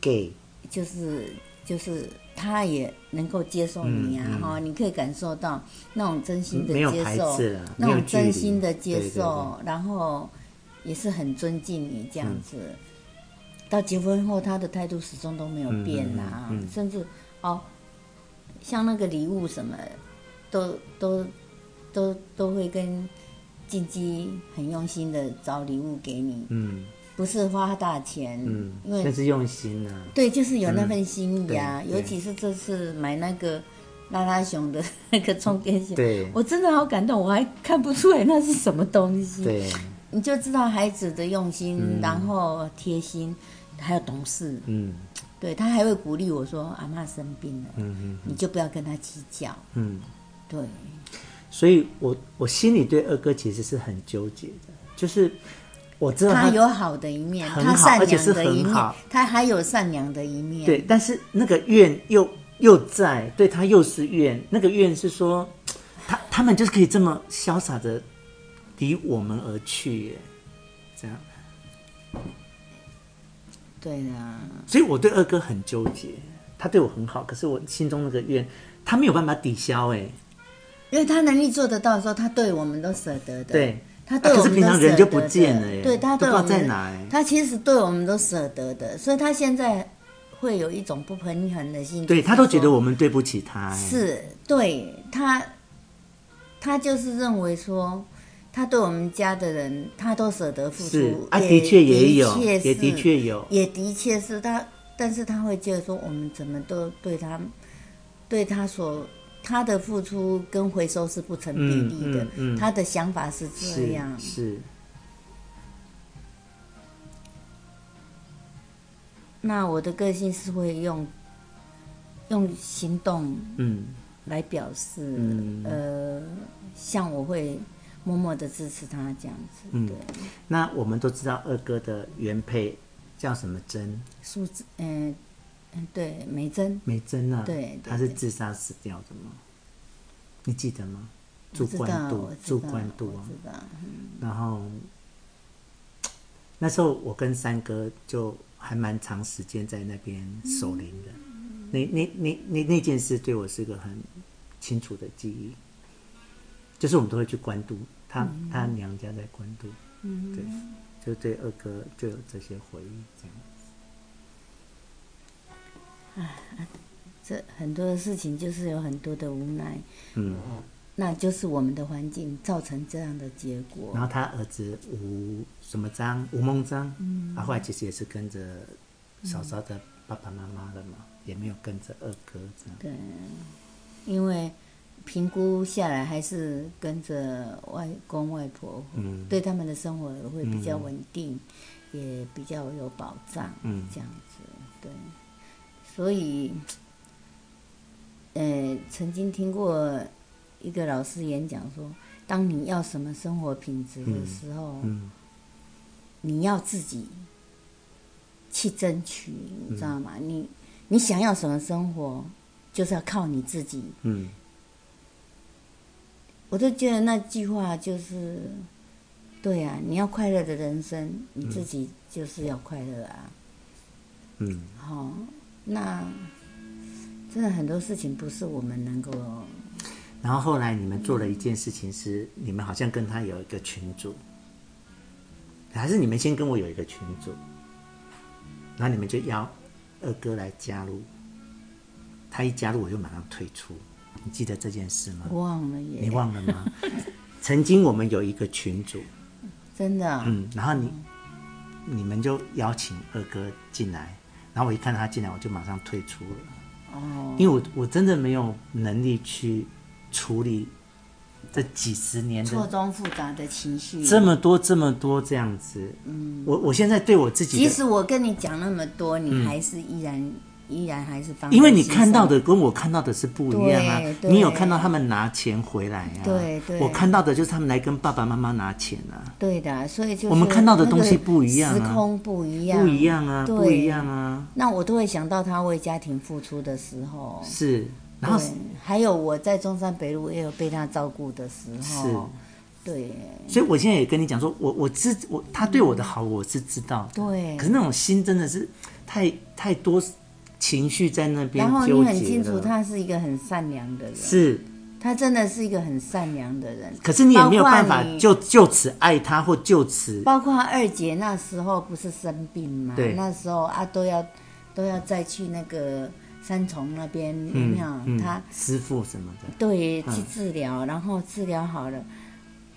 Speaker 1: ，gay，
Speaker 2: 就是就是他也能够接受你啊，哈、你可以感受到那种真心
Speaker 1: 嗯
Speaker 2: 的
Speaker 1: 没有
Speaker 2: 接
Speaker 1: 排
Speaker 2: 受
Speaker 1: 斥啦，
Speaker 2: 那
Speaker 1: 没有
Speaker 2: 种
Speaker 1: 距离
Speaker 2: 真心的接
Speaker 1: 对对
Speaker 2: 受，然后也是很尊敬你这样子。
Speaker 1: 嗯
Speaker 2: 到结婚后，他的态度始终都没有变啊，
Speaker 1: 嗯嗯嗯
Speaker 2: 甚至哦，像那个礼物什么，都都都都会跟进击很用心的找礼物给你，
Speaker 1: 嗯
Speaker 2: 不是花大钱，
Speaker 1: 嗯，
Speaker 2: 因为
Speaker 1: 但是用心啊，
Speaker 2: 对，就是有那份心意啊，
Speaker 1: 嗯对
Speaker 2: 尤其是这次买那个拉拉熊的 那个充电线，
Speaker 1: 对
Speaker 2: 我真的好感动，我还看不出来 那是什么东西，
Speaker 1: 对，
Speaker 2: 你就知道孩子的用心，然后贴心，还有懂事，
Speaker 1: 嗯
Speaker 2: 对他还会鼓励我说：“阿妈生病了，
Speaker 1: 嗯嗯
Speaker 2: 你就不要跟他计较。
Speaker 1: 嗯。”
Speaker 2: 对，
Speaker 1: 所以我我心里对二哥其实是很纠结的，就是我知道他
Speaker 2: 他有好的一面，
Speaker 1: 很
Speaker 2: 他
Speaker 1: 好
Speaker 2: 善
Speaker 1: 而且
Speaker 2: 良
Speaker 1: 是
Speaker 2: 的一
Speaker 1: 很
Speaker 2: 面
Speaker 1: 好，
Speaker 2: 他还有善良的一面，
Speaker 1: 对，但是那个怨又又在，对他又是怨，那个怨是说他他们就是可以这么潇洒的离我们而去耶，这样，
Speaker 2: 对啊，
Speaker 1: 所以我对二哥很纠结，他对我很好，可是我心中那个怨他没有办法抵消，哎，
Speaker 2: 因为他能力做得到的时候，他对我们都舍得的，
Speaker 1: 对。
Speaker 2: 他对
Speaker 1: 啊
Speaker 2: 我
Speaker 1: 可是
Speaker 2: 们
Speaker 1: 平
Speaker 2: 都
Speaker 1: 常
Speaker 2: 舍得
Speaker 1: 人就不
Speaker 2: 的
Speaker 1: 见了耶
Speaker 2: 对他
Speaker 1: 都
Speaker 2: 对
Speaker 1: 不知
Speaker 2: 我
Speaker 1: 道在
Speaker 2: 们
Speaker 1: 哪哎
Speaker 2: 他其实对我们都舍得的，所以他现在会有一种不平衡的心情。
Speaker 1: 对他都觉得
Speaker 2: 说
Speaker 1: 我们对不起他，哎，
Speaker 2: 是对他，他就是认为说，他对我们家的人，他都舍得付
Speaker 1: 是
Speaker 2: 出。
Speaker 1: 啊，的确也有，
Speaker 2: 也
Speaker 1: 也的
Speaker 2: 是
Speaker 1: 确有，
Speaker 2: 也的确是他，但是他会觉得说，我们怎么都对他，对他所他的付出跟回收是不成比例的，
Speaker 1: 嗯嗯嗯
Speaker 2: 他的想法是这
Speaker 1: 是
Speaker 2: 样。
Speaker 1: 是，
Speaker 2: 那我的个性是会用用行动
Speaker 1: 嗯
Speaker 2: 来表示，
Speaker 1: 嗯
Speaker 2: 呃，像我会默默的支持他这样子，
Speaker 1: 嗯
Speaker 2: 对，
Speaker 1: 那我们都知道二哥的原配叫什么珍，
Speaker 2: 数字，嗯、嗯，对，美珍
Speaker 1: 美珍啊，
Speaker 2: 对对
Speaker 1: 她是自杀死掉的吗？你记得吗？
Speaker 2: 我
Speaker 1: 住
Speaker 2: 知
Speaker 1: 关
Speaker 2: 道，
Speaker 1: 渡
Speaker 2: 我，知
Speaker 1: 住
Speaker 2: 道，
Speaker 1: 关渡
Speaker 2: 我
Speaker 1: 啊
Speaker 2: 知。道，
Speaker 1: 然后那时候我跟三哥就还蛮长时间在那边守灵的，那那那那那件事对我是个很清楚的记忆，就是我们都会去关渡，他、他娘家在关渡，对，就对二哥就有这些回忆这样。
Speaker 2: 这很多的事情就是有很多的无奈，嗯，那就是我们的环境造成这样的结果
Speaker 1: 然。后他儿子吴什么章，吴梦章，他、后来其实也是跟着嫂嫂的爸爸妈妈了嘛，也没有跟着二哥这样。
Speaker 2: 对，因为评估下来还是跟着外公外婆，
Speaker 1: 嗯
Speaker 2: 对他们的生活会比较稳定，也比较有保障，
Speaker 1: 嗯
Speaker 2: 这样子，对，所以，呃，曾经听过一个老师演讲说，当你要什么生活品质的时候，
Speaker 1: 嗯
Speaker 2: 你要自己去争取，你知道吗？
Speaker 1: 嗯
Speaker 2: 你你想要什么生活，就是要靠你自己。
Speaker 1: 嗯
Speaker 2: 我都觉得那句话就是，对啊，你要快乐的人生，你自己就是要快乐啊。
Speaker 1: 嗯，
Speaker 2: 好、那真的很多事情不是我们能够，
Speaker 1: 然后后来你们做了一件事情是，你们好像跟他有一个群组，还是你们先跟我有一个群组，然后你们就邀二哥来加入，他一加入我就马上退出，你记得这件事吗？
Speaker 2: 我忘了耶
Speaker 1: 你，忘了吗？曾经我们有一个群组，
Speaker 2: 真的啊、
Speaker 1: 嗯，然后你你们就邀请二哥进来，然后我一看他进来，我就马上退出了。哦，因为我我真的没有能力去处理这几十年
Speaker 2: 错
Speaker 1: 的
Speaker 2: 综复杂的情绪。
Speaker 1: 这么多这么多这样子。嗯，我我现在对我自己
Speaker 2: 即
Speaker 1: 的，
Speaker 2: 使我跟你讲那么多，你还是依然、依然还是放
Speaker 1: 嗯
Speaker 2: 在
Speaker 1: 因为你
Speaker 2: 心
Speaker 1: 看到
Speaker 2: 上
Speaker 1: 的跟我看到的是不一样啊
Speaker 2: 对。对
Speaker 1: 你有看到他们拿钱回来啊？
Speaker 2: 对对
Speaker 1: 我看到的就是他们来跟爸爸妈妈拿钱啊。
Speaker 2: 对的，所以就是
Speaker 1: 我们看到的东西不一样啊
Speaker 2: 那个时空不一样，
Speaker 1: 不一样啊，
Speaker 2: 对
Speaker 1: 不一样啊，
Speaker 2: 那我都会想到他为家庭付出的时
Speaker 1: 哦
Speaker 2: 候，
Speaker 1: 是。然后
Speaker 2: 对，还有我在中山北路也有被他照顾的时候，对
Speaker 1: 所以我现在也跟你讲说，我我知我他对我的好我是知道的，
Speaker 2: 对
Speaker 1: 可是那种心真的是太太多情绪在那边
Speaker 2: 然后你
Speaker 1: 纠结了。
Speaker 2: 很清楚他是一个很善良的人，
Speaker 1: 是，
Speaker 2: 他真的是一个很善良的人。
Speaker 1: 可是你也没有
Speaker 2: 包括
Speaker 1: 办法
Speaker 2: 你
Speaker 1: 就就此爱他或就此
Speaker 2: 包括二姐那时候不是生病嘛
Speaker 1: 对，
Speaker 2: 那时候啊都要都要再去那个三重那边，
Speaker 1: 嗯
Speaker 2: 有没有？她
Speaker 1: 师傅什么的，
Speaker 2: 对，去治疗，然后治疗好了，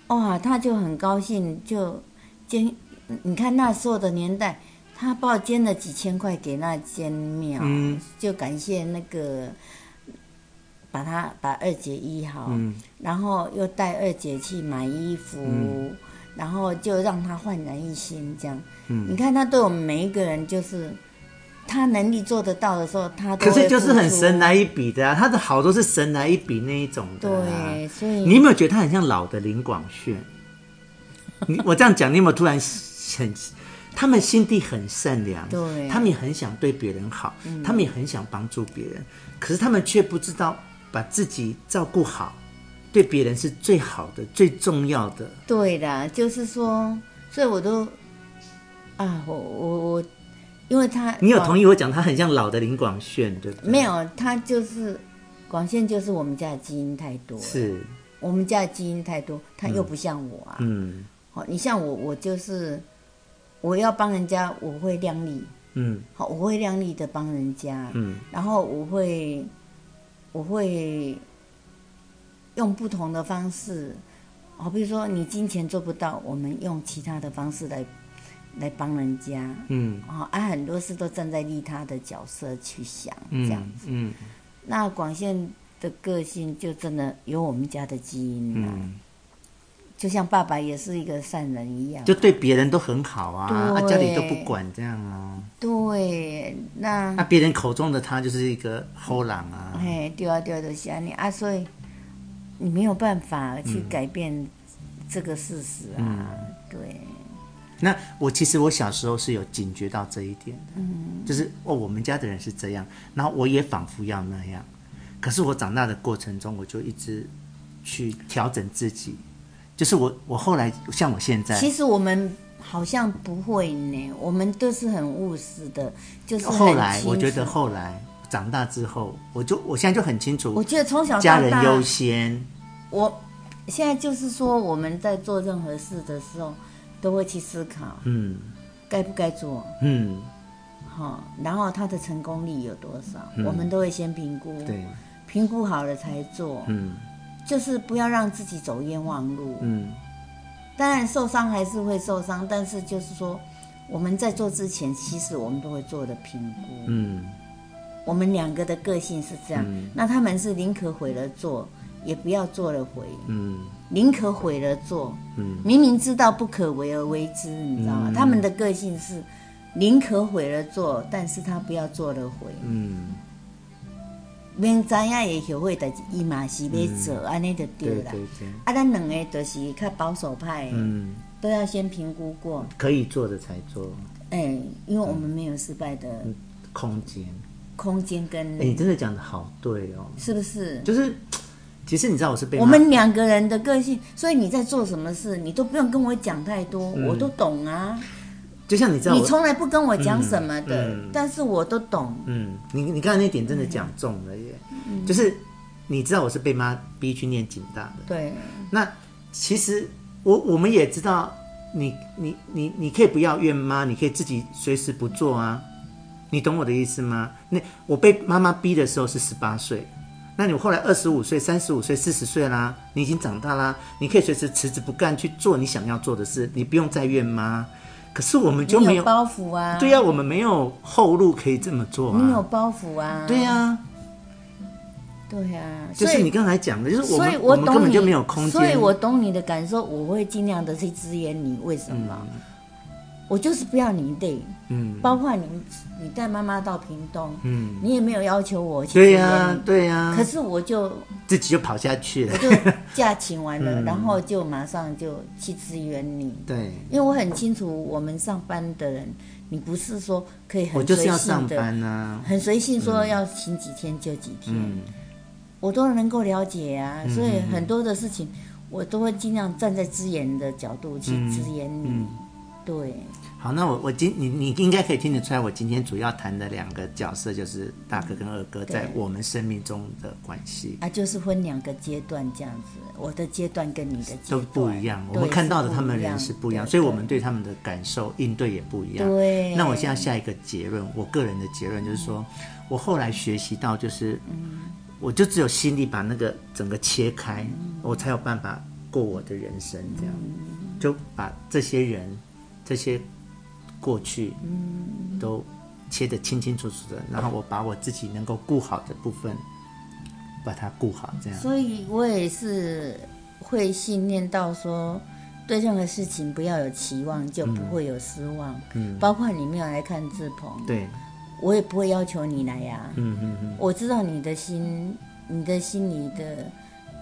Speaker 2: 哇，他就很高兴，就捐。你看那时候的年代，他报捐了几千块给那间庙，
Speaker 1: 嗯
Speaker 2: 就感谢那个把他把二姐医好，
Speaker 1: 嗯
Speaker 2: 然后又带二姐去买衣服，
Speaker 1: 嗯
Speaker 2: 然后就让她焕然一新。这样，
Speaker 1: 嗯
Speaker 2: 你看他对我们每一个人就是。他能力做得到的时候，他都
Speaker 1: 可是
Speaker 2: 会
Speaker 1: 就是
Speaker 2: 付
Speaker 1: 很
Speaker 2: 出
Speaker 1: 神来一笔的啊，他的好都是神来一笔那一种的、啊。
Speaker 2: 对，所以
Speaker 1: 你有没有觉得他很像老的林广炫？你我这样讲，你有没有突然很？他们心地很善良，
Speaker 2: 对嗯
Speaker 1: 他们也很想对别人好，他们也很想帮助别人，可是他们却不知道把自己照顾好，对别人是最好的、最重要的。
Speaker 2: 对的，就是说，所以我都啊，我我我，因为他
Speaker 1: 你有同
Speaker 2: 意？
Speaker 1: 意我讲他很像老的林广炫，对不对？
Speaker 2: 没，有，他就是广宪，就是我们家的基因太多，
Speaker 1: 是，
Speaker 2: 我们家的基因太多，他又不像我啊。
Speaker 1: 嗯
Speaker 2: 好、你像我，我就是我要帮人家，我会量力，
Speaker 1: 嗯
Speaker 2: 好，我会量力的帮人家，
Speaker 1: 嗯，
Speaker 2: 然后我会我会用不同的方式，好，比如说你金钱做不到，我们用其他的方式来来帮人家，
Speaker 1: 嗯
Speaker 2: 哦，啊，很多事都站在利他的角色去想，这样。
Speaker 1: 嗯嗯
Speaker 2: 那广宪的个性就真的有我们家的基因啊，
Speaker 1: 嗯，
Speaker 2: 就像爸爸也是一个善人一样，
Speaker 1: 就对别人都很好啊，啊
Speaker 2: 对
Speaker 1: 家里都不管这样啊，
Speaker 2: 对，那
Speaker 1: 那别人口中的他就是一个后郎啊，
Speaker 2: 嘿，对啊，对啊，就是安尼啊，所以你没有办法去改变这个事实啊，
Speaker 1: 嗯
Speaker 2: 对，
Speaker 1: 那我其实我小时候是有警觉到这一点的，就是哦，我们家的人是这样，然后我也仿佛要那样。可是我长大的过程中，我就一直去调整自己，就是我我后来像我现在，
Speaker 2: 其实我们好像不会呢，我们都是很务实的，就是很
Speaker 1: 后来
Speaker 2: 清楚
Speaker 1: 我觉得，后来长大之后，我就我现在就很清
Speaker 2: 我
Speaker 1: 楚，
Speaker 2: 觉得从小
Speaker 1: 家
Speaker 2: 到
Speaker 1: 人
Speaker 2: 大，
Speaker 1: 优先，
Speaker 2: 我现在就是说我们在做任何事的时候，都会去思考
Speaker 1: 嗯
Speaker 2: 该不该做，
Speaker 1: 嗯
Speaker 2: 哈，然后它的成功率有多少，我们都会先评估，
Speaker 1: 对，
Speaker 2: 评估好了才做，
Speaker 1: 嗯
Speaker 2: 就是不要让自己走冤枉路。
Speaker 1: 嗯
Speaker 2: 当然受伤还是会受伤，但是就是说我们在做之前，其实我们都会做的评估。
Speaker 1: 嗯
Speaker 2: 我们两个的个性是这样，那他们是宁可毁了做，也不要做了毁，
Speaker 1: 嗯
Speaker 2: 宁可毁了做。
Speaker 1: 嗯，
Speaker 2: 明明知道不可为而为之，你知道吗？他们的个性是宁可毁了做，但是他不要做了毁。
Speaker 1: 嗯，
Speaker 2: 明知影会后悔，但是伊嘛是要做，安尼、就对
Speaker 1: 嗯对
Speaker 2: 啦。
Speaker 1: 对对，
Speaker 2: 啊，咱两个就是较保守派的，
Speaker 1: 嗯，
Speaker 2: 都要先评估过。
Speaker 1: 可以做的才做，
Speaker 2: 哎、因为我们没有失败的
Speaker 1: 空间。
Speaker 2: 空间跟，
Speaker 1: 哎、你真的讲的好对哦，
Speaker 2: 是不是？
Speaker 1: 就是其实你知道我是被骂
Speaker 2: 我们两个人的个性，所以你在做什么事，你都不用跟我讲太多，我都懂啊。
Speaker 1: 就像你知道
Speaker 2: 你
Speaker 1: 嗯我，
Speaker 2: 从来不跟我讲什么的，
Speaker 1: 嗯嗯
Speaker 2: 但是我都懂。
Speaker 1: 嗯，你你刚才那点真的讲中了耶，就是你知道我是被妈逼去念警大的，
Speaker 2: 对，
Speaker 1: 那其实我我们也知道你，你你你可以不要怨妈，你可以自己随时不做啊，你懂我的意思吗？那我被妈妈逼的时候是十八岁，那你后来二十五岁、三十五岁、四十岁啦，你已经长大啦，你可以随时辞职不干去做你想要做的事，你不用再怨妈。可是我们就
Speaker 2: 你
Speaker 1: 没
Speaker 2: 有
Speaker 1: 有，
Speaker 2: 包袱啊，
Speaker 1: 对呀、我们没有后路可以这么做
Speaker 2: 你有
Speaker 1: 啊，
Speaker 2: 包袱啊，
Speaker 1: 对呀、
Speaker 2: 对啊，
Speaker 1: 就
Speaker 2: 所
Speaker 1: 是
Speaker 2: 以
Speaker 1: 你刚才讲的，就是我
Speaker 2: 所
Speaker 1: 们
Speaker 2: 以我
Speaker 1: 们
Speaker 2: 懂
Speaker 1: 根本
Speaker 2: 你，
Speaker 1: 就没有空间，
Speaker 2: 所以我懂你的感受，我会尽量的去支援你。为什么？我就是不要你累，
Speaker 1: 嗯，
Speaker 2: 包括你，你带妈妈到屏东，
Speaker 1: 嗯，
Speaker 2: 你也没有要求我去支
Speaker 1: 对
Speaker 2: 援
Speaker 1: 呀、啊
Speaker 2: 你，
Speaker 1: 对呀、
Speaker 2: 可是 我就
Speaker 1: 自己就跑下去了
Speaker 2: 我。就假请完
Speaker 1: 嗯
Speaker 2: 了，然后就马上就去支援你。
Speaker 1: 对，
Speaker 2: 因为我很清楚，我们上班的人，你不是说可以
Speaker 1: 我
Speaker 2: 很
Speaker 1: 就
Speaker 2: 随
Speaker 1: 是要
Speaker 2: 性
Speaker 1: 上
Speaker 2: 的，
Speaker 1: 班啊。
Speaker 2: 很随性说要请几天就几天。
Speaker 1: 嗯
Speaker 2: 我都能够了解啊，所以很多的事情我都会尽量站在支援的角度去
Speaker 1: 嗯
Speaker 2: 支援你。对，
Speaker 1: 好，那我我今你你应该可以听得出来，我今天主要谈的两个角色就是大哥跟二哥
Speaker 2: 对
Speaker 1: 在我们生命中的关系
Speaker 2: 啊，就是分两个阶段这样子，我的阶段跟你的阶
Speaker 1: 都
Speaker 2: 段
Speaker 1: 不一样，
Speaker 2: 对
Speaker 1: 我们看到的
Speaker 2: 是
Speaker 1: 他们人是不一样，
Speaker 2: 对
Speaker 1: 所以我们对他们的感受应对也不一样。
Speaker 2: 对
Speaker 1: 那我现在下一个结论，我个人的结论就是说，我后来学习到就是，我就只有心里把那个整个切开，我才有办法过我的人生，这样就把这些人、这些过去都切得清清楚楚的，然后我把我自己能够顾好的部分把它顾好，这样。
Speaker 2: 所以我也是会信念到说，对任何事情不要有期望，就不会有失望。嗯，包括你没有来看志鹏，
Speaker 1: 对，
Speaker 2: 我也不会要求你来呀、
Speaker 1: 嗯嗯嗯，
Speaker 2: 我知道你的心，你的心里的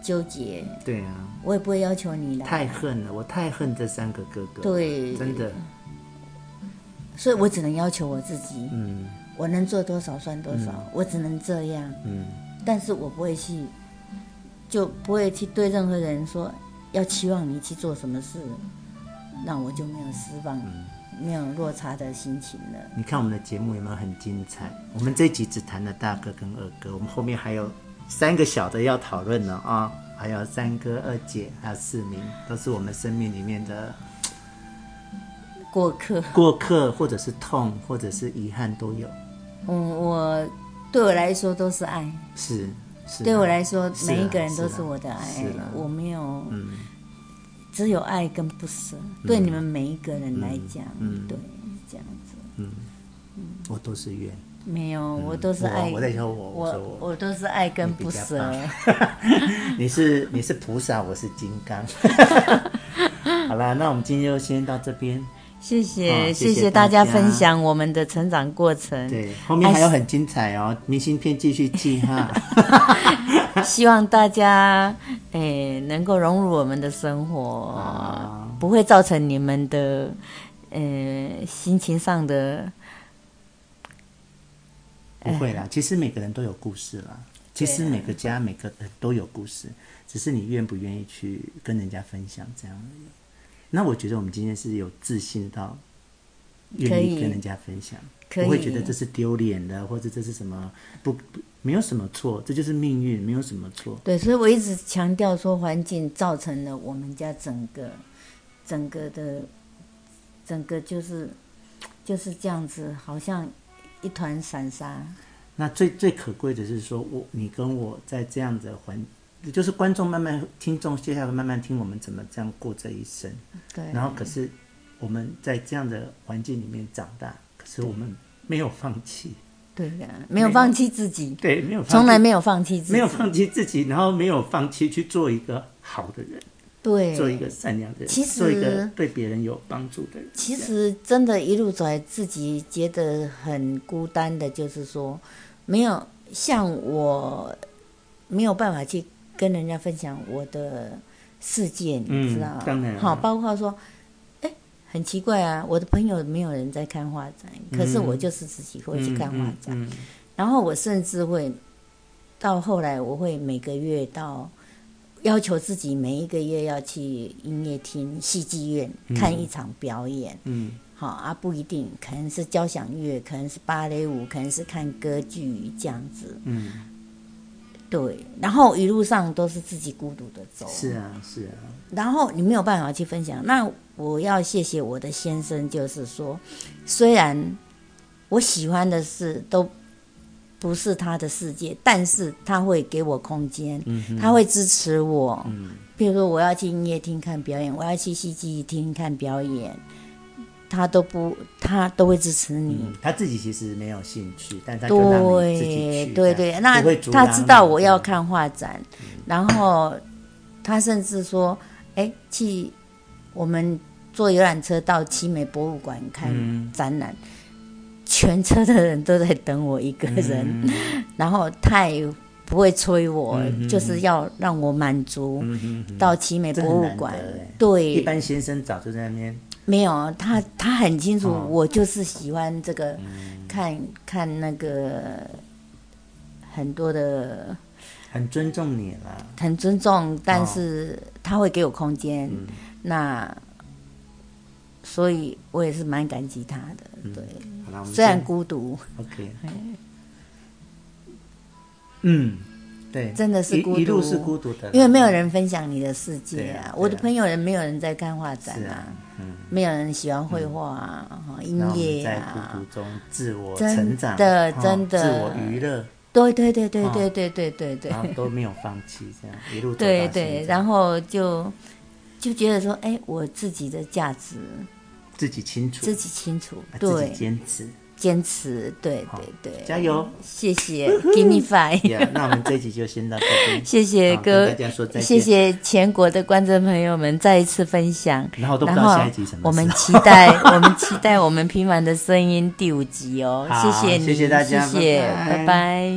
Speaker 2: 纠结，
Speaker 1: 对啊。
Speaker 2: 我也不会要求你来，
Speaker 1: 太恨了，我太恨这三个哥哥。
Speaker 2: 对
Speaker 1: 真的，
Speaker 2: 所以我只能要求我自己，
Speaker 1: 嗯
Speaker 2: 我能做多少算多少，我只能这样，
Speaker 1: 嗯，
Speaker 2: 但是我不会去，就不会去对任何人说要期望你去做什么事，那我就没有失望，
Speaker 1: 嗯
Speaker 2: 没有落差的心情了。
Speaker 1: 你看我们的节目有没有很精彩？我们这一集只谈了大哥跟二哥，我们后面还有三个小的要讨论呢啊、还有三哥、二姐，还有四名，都是我们生命里面的
Speaker 2: 过客，
Speaker 1: 过客，或者是痛，或者是遗憾都有。
Speaker 2: 嗯，我对我来说都是爱，
Speaker 1: 是是，
Speaker 2: 对我来说
Speaker 1: 是啊
Speaker 2: 每一个人都
Speaker 1: 是
Speaker 2: 是
Speaker 1: 啊
Speaker 2: 我的爱
Speaker 1: 是啊，
Speaker 2: 我没有，只有爱跟不舍，
Speaker 1: 嗯
Speaker 2: 对你们每一个人来讲，对，这样子。
Speaker 1: 我都是怨。
Speaker 2: 没有，我都是
Speaker 1: 嗯我
Speaker 2: 爱。
Speaker 1: 啊我在说我我说
Speaker 2: 我
Speaker 1: 我
Speaker 2: 都是爱跟不舍。
Speaker 1: 你是你是菩萨，我是金刚。 好啦，那我们今天就先到这边。
Speaker 2: 谢
Speaker 1: 啊
Speaker 2: 谢
Speaker 1: 谢谢
Speaker 2: 谢谢大家
Speaker 1: 大家
Speaker 2: 分享我们的成长过程。
Speaker 1: 对，后面还有很精彩哦，明信片继续寄 哈。
Speaker 2: 希望大家诶、能够融入我们的生活，
Speaker 1: 啊
Speaker 2: 不会造成你们的呃心情上的
Speaker 1: 不会
Speaker 2: 哎
Speaker 1: 啦，其实每个人都有故事啦。
Speaker 2: 啊
Speaker 1: 其实每个家、每个人都有故事，只是你愿不愿意去跟人家分享这样而已。那我觉得我们今天是有自信到愿
Speaker 2: 可
Speaker 1: 意
Speaker 2: 以
Speaker 1: 跟人家分享，
Speaker 2: 可以
Speaker 1: 不会觉得这是丢脸的，或者这是什么不不没有什么错，这就是命运，没有什么错。
Speaker 2: 对，所以我一直强调说，环境造成了我们家整个整个的整个就是就是这样子，好像一团散沙。
Speaker 1: 那最最可贵的是说，我你跟我在这样的环，就是观众慢慢听众接下来慢慢听我们怎么这样过这一生，
Speaker 2: 对，
Speaker 1: 然后可是我们在这样的环境里面长大，可是我们没有放弃，
Speaker 2: 对呀、没有放弃自己，
Speaker 1: 对，没有放弃
Speaker 2: 从来没有放弃自己，
Speaker 1: 没有放弃自己，然后没有放弃去做一个好的人，
Speaker 2: 对，
Speaker 1: 做一个善良的人，
Speaker 2: 其实
Speaker 1: 做一个对别人有帮助的人。
Speaker 2: 其实真的，一路走来，自己觉得很孤单的，就是说，没有像我，没有办法去跟人家分享我的世界，
Speaker 1: 嗯
Speaker 2: 你知道吗？
Speaker 1: 当然啊
Speaker 2: 好，包括说，哎，很奇怪啊，我的朋友没有人在看画展，可是我就是自己会去看画展，
Speaker 1: 嗯嗯嗯
Speaker 2: 然后我甚至会到后来，我会每个月到要求自己每一个月要去音乐厅、戏剧院看一场表演。
Speaker 1: 嗯
Speaker 2: 好啊，不一定，可能是交响乐，可能是芭蕾舞，可能是看歌剧这样子。
Speaker 1: 嗯，
Speaker 2: 对，然后一路上都是自己孤独的走。
Speaker 1: 是啊，是啊，
Speaker 2: 然后你没有办法去分享。那我要谢谢我的先生，就是说，虽然我喜欢的事都不是他的世界，但是他会给我空间，他会支持我。譬如说，我要去音乐厅看表演，我要去戏剧厅看表演，他都不，他都会支持你。
Speaker 1: 嗯，他自己其实没有兴趣，但他就让你自己
Speaker 2: 对
Speaker 1: 去，
Speaker 2: 对
Speaker 1: 这
Speaker 2: 对，
Speaker 1: 样
Speaker 2: 那
Speaker 1: 不会阻
Speaker 2: 他
Speaker 1: 挠
Speaker 2: 知
Speaker 1: 你嗯
Speaker 2: 道我要，看画展，然后他甚至说：“哎，去我们坐游览车到奇美博物馆看
Speaker 1: 嗯
Speaker 2: 展览。全车的人都在等我一个人，
Speaker 1: 嗯
Speaker 2: 然后他也不会催我，
Speaker 1: 嗯
Speaker 2: 就是要让我满足、到奇美博物馆
Speaker 1: 这很难得哎。嗯一
Speaker 2: 对，
Speaker 1: 般先生早就在那边，
Speaker 2: 没有，他他很清楚
Speaker 1: 哦，嗯
Speaker 2: 我就是喜欢这个，看看那个很多的
Speaker 1: 很尊重你啦。
Speaker 2: 很尊重，但是
Speaker 1: 哦
Speaker 2: 他会给我空间，
Speaker 1: 嗯
Speaker 2: 那所以我也是蛮感激他的。对，
Speaker 1: 好啦，我们
Speaker 2: 虽然
Speaker 1: 嗯哦先
Speaker 2: 孤哎独，
Speaker 1: OK，嗯，对，
Speaker 2: 真的是
Speaker 1: 一
Speaker 2: 孤独
Speaker 1: 一路是孤独的啦，
Speaker 2: 因为没有人分享你的世界
Speaker 1: 对啊对
Speaker 2: 啊
Speaker 1: 啊，
Speaker 2: 我的朋友人没有人在看画展
Speaker 1: 是
Speaker 2: 啊
Speaker 1: 啊，，嗯
Speaker 2: 没有人喜欢绘画啊，哈音
Speaker 1: 然后我们
Speaker 2: 乐
Speaker 1: 在
Speaker 2: 啊
Speaker 1: 孤独，中自我
Speaker 2: 真
Speaker 1: 成长，
Speaker 2: 的
Speaker 1: 哦
Speaker 2: 真的
Speaker 1: 自我娱乐，
Speaker 2: 对对对对
Speaker 1: 哦
Speaker 2: 对对对对对
Speaker 1: 然。后都没有放弃，这样一路走到
Speaker 2: 对
Speaker 1: 现
Speaker 2: 对，
Speaker 1: 在
Speaker 2: 然后就就觉得说，哎，我自己的价值
Speaker 1: 自己清楚，
Speaker 2: 自己清楚，
Speaker 1: 啊自己
Speaker 2: 对，
Speaker 1: 坚持，
Speaker 2: 坚持，对
Speaker 1: 好嗯
Speaker 2: 对对，
Speaker 1: 加油！
Speaker 2: 谢谢 g i n i f y，
Speaker 1: 呀，那我们这一集就先到这边
Speaker 2: 谢谢
Speaker 1: 好
Speaker 2: 各
Speaker 1: 跟大家说再见
Speaker 2: 谢谢全国的观众朋友们再一次分享，
Speaker 1: 然后都不知
Speaker 2: 然
Speaker 1: 道
Speaker 2: 后
Speaker 1: 下一集什么时候
Speaker 2: 我们期待 我们期待我们平凡的声音第五集哦，
Speaker 1: 好
Speaker 2: 谢谢你，
Speaker 1: 谢谢大家
Speaker 2: 谢谢，
Speaker 1: 拜拜
Speaker 2: 拜拜